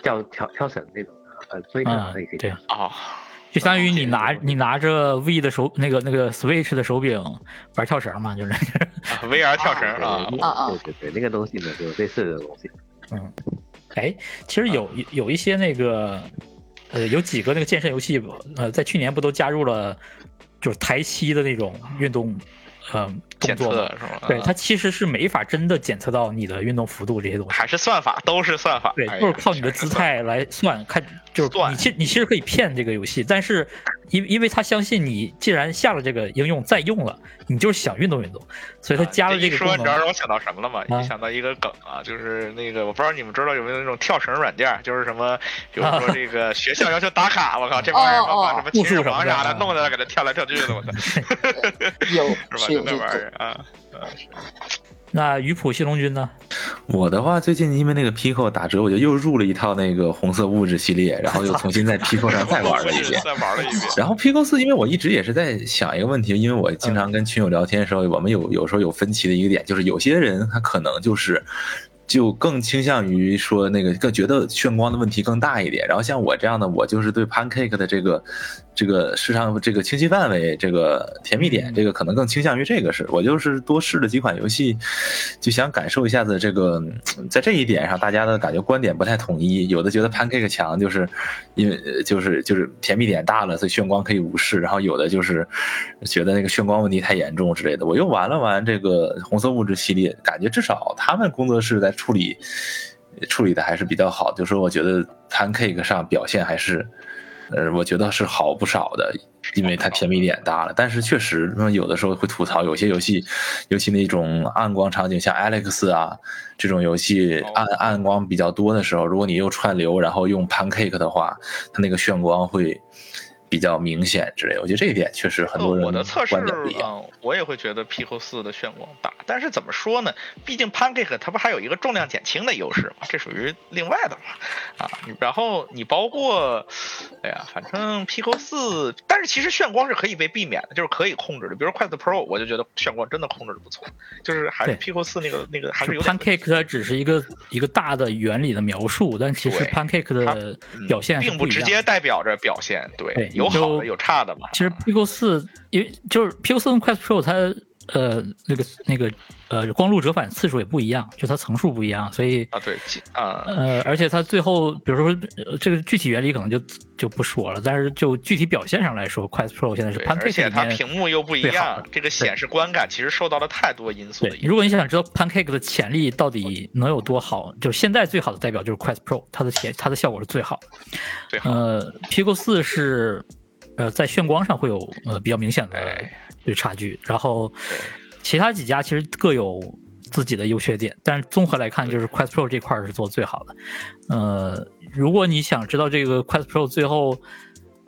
跳跳跳绳那种的，呃，追绳
啊
也可以。啊
对，
哦，
就相当于你拿
这个
你拿着 V 的手那个那个 Switch 的手柄玩跳绳嘛，就是。
啊 VR 跳绳啊，
对
啊啊
对对对，那个东西呢，就类似的东西。
哎，其实
啊
有有一些那个，呃，有几个那个健身游戏，呃，在去年不都加入了就是台膝的那种运动，呃，动
检
作
测
吗？
是吗？
对，
啊
它其实是没法真的检测到你的运动幅度这些东西。
还是算法，都是算法，
对，
哎呀
就是靠你的姿，态来算，看就是
算
你其你其实可以骗这个游戏，但是因因为他相信你，既然下了这个应用再用了，你就是想运动运动，所以他加了
啊这
这
一
个
说，
功
你知道
能。
让我想到什么了吗？
啊
一想到一个梗啊，就是那个我不知道你们知道有没有那种跳绳软件，就是什么，比如说这个学校要求打卡，我靠，这帮人
哦
把
哦
什么秦始皇
步数什么
啥的
的
弄的，给他跳来跳去的，我操，
有
是吧？
是有
就
这
那玩意
个，
儿啊，。
那鱼普西龙君呢？
我的话，最近因为那个 Pico 打折，我就又入了一套那个红色物质系列，然后又重新在 Pico 上再玩了一遍
再玩了一遍。
然后 Pico 四，因为我一直也是在想一个问题，因为我经常跟群友聊天的时候，我们有有时候有分歧的一个点，就是有些人他可能就是。就更倾向于说那个更觉得炫光的问题更大一点，然后像我这样的，我就是对 pancake 的这个这个市场这个清晰范围这个甜蜜点
嗯
这个可能更倾向于这个是，我就是多试了几款游戏，就想感受一下子这个嗯在这一点上大家的感觉观点不太统一，有的觉得 pancake 强就是因为呃就是就是甜蜜点大了，所以炫光可以无视，然后有的就是觉得那个炫光问题太严重之类的。我又玩了玩这个红色物质系列，感觉至少他们工作室在处理处理的还是比较好，就说我觉得 pancake 上表现还是。呃，我觉得是好不少的，因为它甜蜜点大了。但是确实，
嗯
那么有的时候会吐槽有些游戏，尤其那种暗光场景，像 Alex 啊这种游戏
哦
暗暗光比较多的时候，如果你又串流，然后用 Pancake 的话，它那个眩光会比较明显之类。我觉得这一点确实很
呃
多人
我的测试，
观点不一样。
嗯，我也会觉得 Pico 四的炫光大，但是怎么说呢？毕竟 Pancake 它不还有一个重量减轻的优势嘛，这属于另外的嘛，啊，然后你包括，哎呀，反正 Pico 四，但是其实眩光是可以被避免的，就是可以控制的。比如 Quest Pro，我就觉得眩光真的控制的不错，就是还是
对
Pico 四那个那个还是有点问题
pancake 它只是一个一个大的原理的描述，但其实
对
pancake 的
嗯
表现是
并不
一
直
样
接
的。
代表着表现，
对
对，有
就
好的有差的嘛。
其实 Pico 四，因为就是 Pico 四跟 Quest Pro 它呃那个那个呃光路折返次数也不一样，就它层数不一样，所以
啊，对，其啊，
呃而且它最后比如说、呃这个具体原理可能就就不说了，但是就具体表现上来说，Quest Pro 现在是
对，而
pancake
且
里
它
面
屏幕又不一
最好
样，这个显示观感其实受到了太多因素的
对，
影响。
如果你想知道 Pancake 的潜力到底能有多好，就是现在最好的代表就是 Quest Pro，它的潜它的效果是最好。
最好
呃，Pico 四是呃在炫光上会有呃比较明显的
哎
对差距，然后
对
其他几家其实各有自己的优缺点，但是综合来看，就是 Quest Pro 这块儿是做最好的。呃，如果你想知道这个 Quest Pro 最后。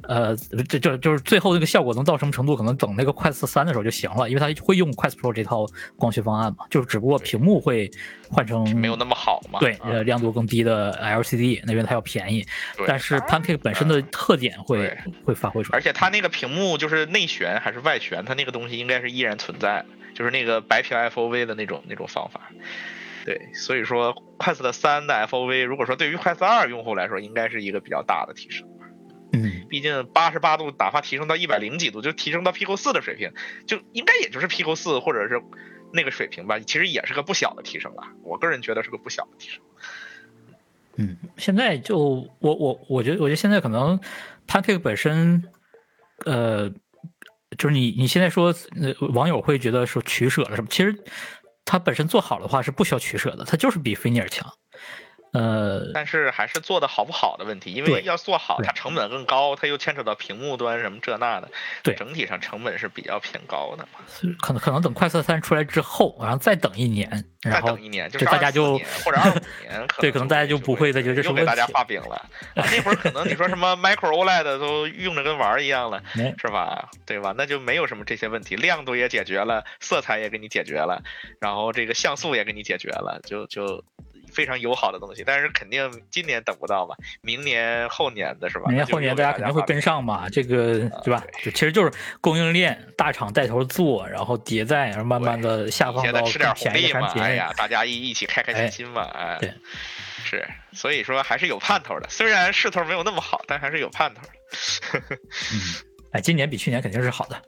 呃，这这就是最后那个效果能到什么程度，可能等那个 Quest 三的时候就行了，因为它会用 Quest Pro 这套光学方案嘛，就是只不过屏幕会换成
没有那么好
嗯
嘛。
对
啊
呃亮度更低的 LCD，那边它要便宜，
对
但是 Pancake 本身的特点会
对
会发挥出来
而。且它那个屏幕就是内旋还是外旋，它那个东西应该是依然存在的，就是那个白屏 FOV 的那种那种方法。对，所以说 Quest 三的 FOV，如果说对于 Quest 二用户来说，应该是一个比较大的提升。
嗯，
毕竟八十八度哪怕提升到一百零几度，就提升到 Pico 四的水平，就应该也就是 Pico 四或者是那个水平吧，其实也是个不小的提升了。啊我个人觉得是个不小的提升。
嗯，现在就我我我觉得我觉得现在可能 Pancake 本身，呃，就是你你现在说，呃，网友会觉得说取舍了什么，其实它本身做好的话是不需要取舍的，它就是比菲涅尔强。呃，
但是还是做的好不好的问题，因为
对
要做好，
对
它成本更高，它又牵扯到屏幕端什么这那的，
对
整体上成本是比较偏高的嘛。
可能可能等快速三出来之后，然后再等一年，
再
然后
等一年，就
对
是
大家
24
就
年或者二五 年，
对可能大家就不会再觉得这是
又给
问
大家
题
画饼了。啊那会儿可能你说 什么 micro OLED 都用着跟玩儿一样了，
没
是吧？对吧？那就没有什么这些问题，亮度也解决了，色彩也给你解决了，然后这个像素也给你解决了，就就非常友好的东西。但是肯定今年等不到嘛，明年后年的是吧？啊
明年
那就
后年
又
大家
给大
肯定会
画饼
跟上嘛，这个对吧？就其实就是供应链大厂带头做，然后迭代，然后慢慢的下放
现
到
在吃点
更
红
便宜的
利嘛
产，品。
哎呀，大家一一起开开心心嘛，哎，
对
是，所以说还是有盼头的，虽然势头没有那么好，但还是有盼头的，
哎，今年比去年肯定是好的。
哎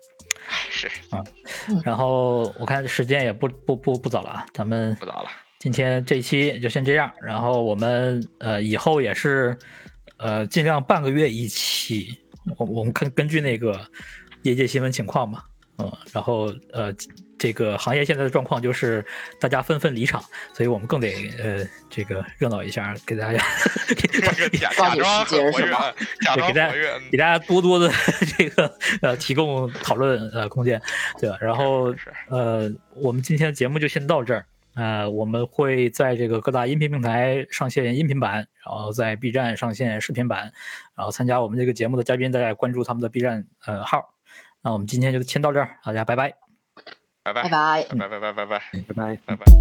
是
然后我看时间也不不不不早了啊，咱们
不 早了，
今天这一期就先这样。然后我们呃以后也是呃尽量半个月一期，我我们根根据那个业界新闻情况嘛，嗯，然后呃这个行业现在的状况就是大家纷纷离场，所以我们更得呃这个热闹一下，给大家
这个假假装很活跃，啊假装活跃，嗯
给大家多多的 这个呃提供讨论呃空间，对吧？然后
是
呃，我们今天的节目就先到这儿。呃，我们会在这个各大音频平台上线音频版，然后在 B 站上线视频版，然后参加我们这个节目的嘉宾，大家关注他们的 B 站呃号。那我们今天就先到这儿，大家拜拜。
拜拜
拜拜。
拜拜拜拜拜拜
拜拜。
拜拜。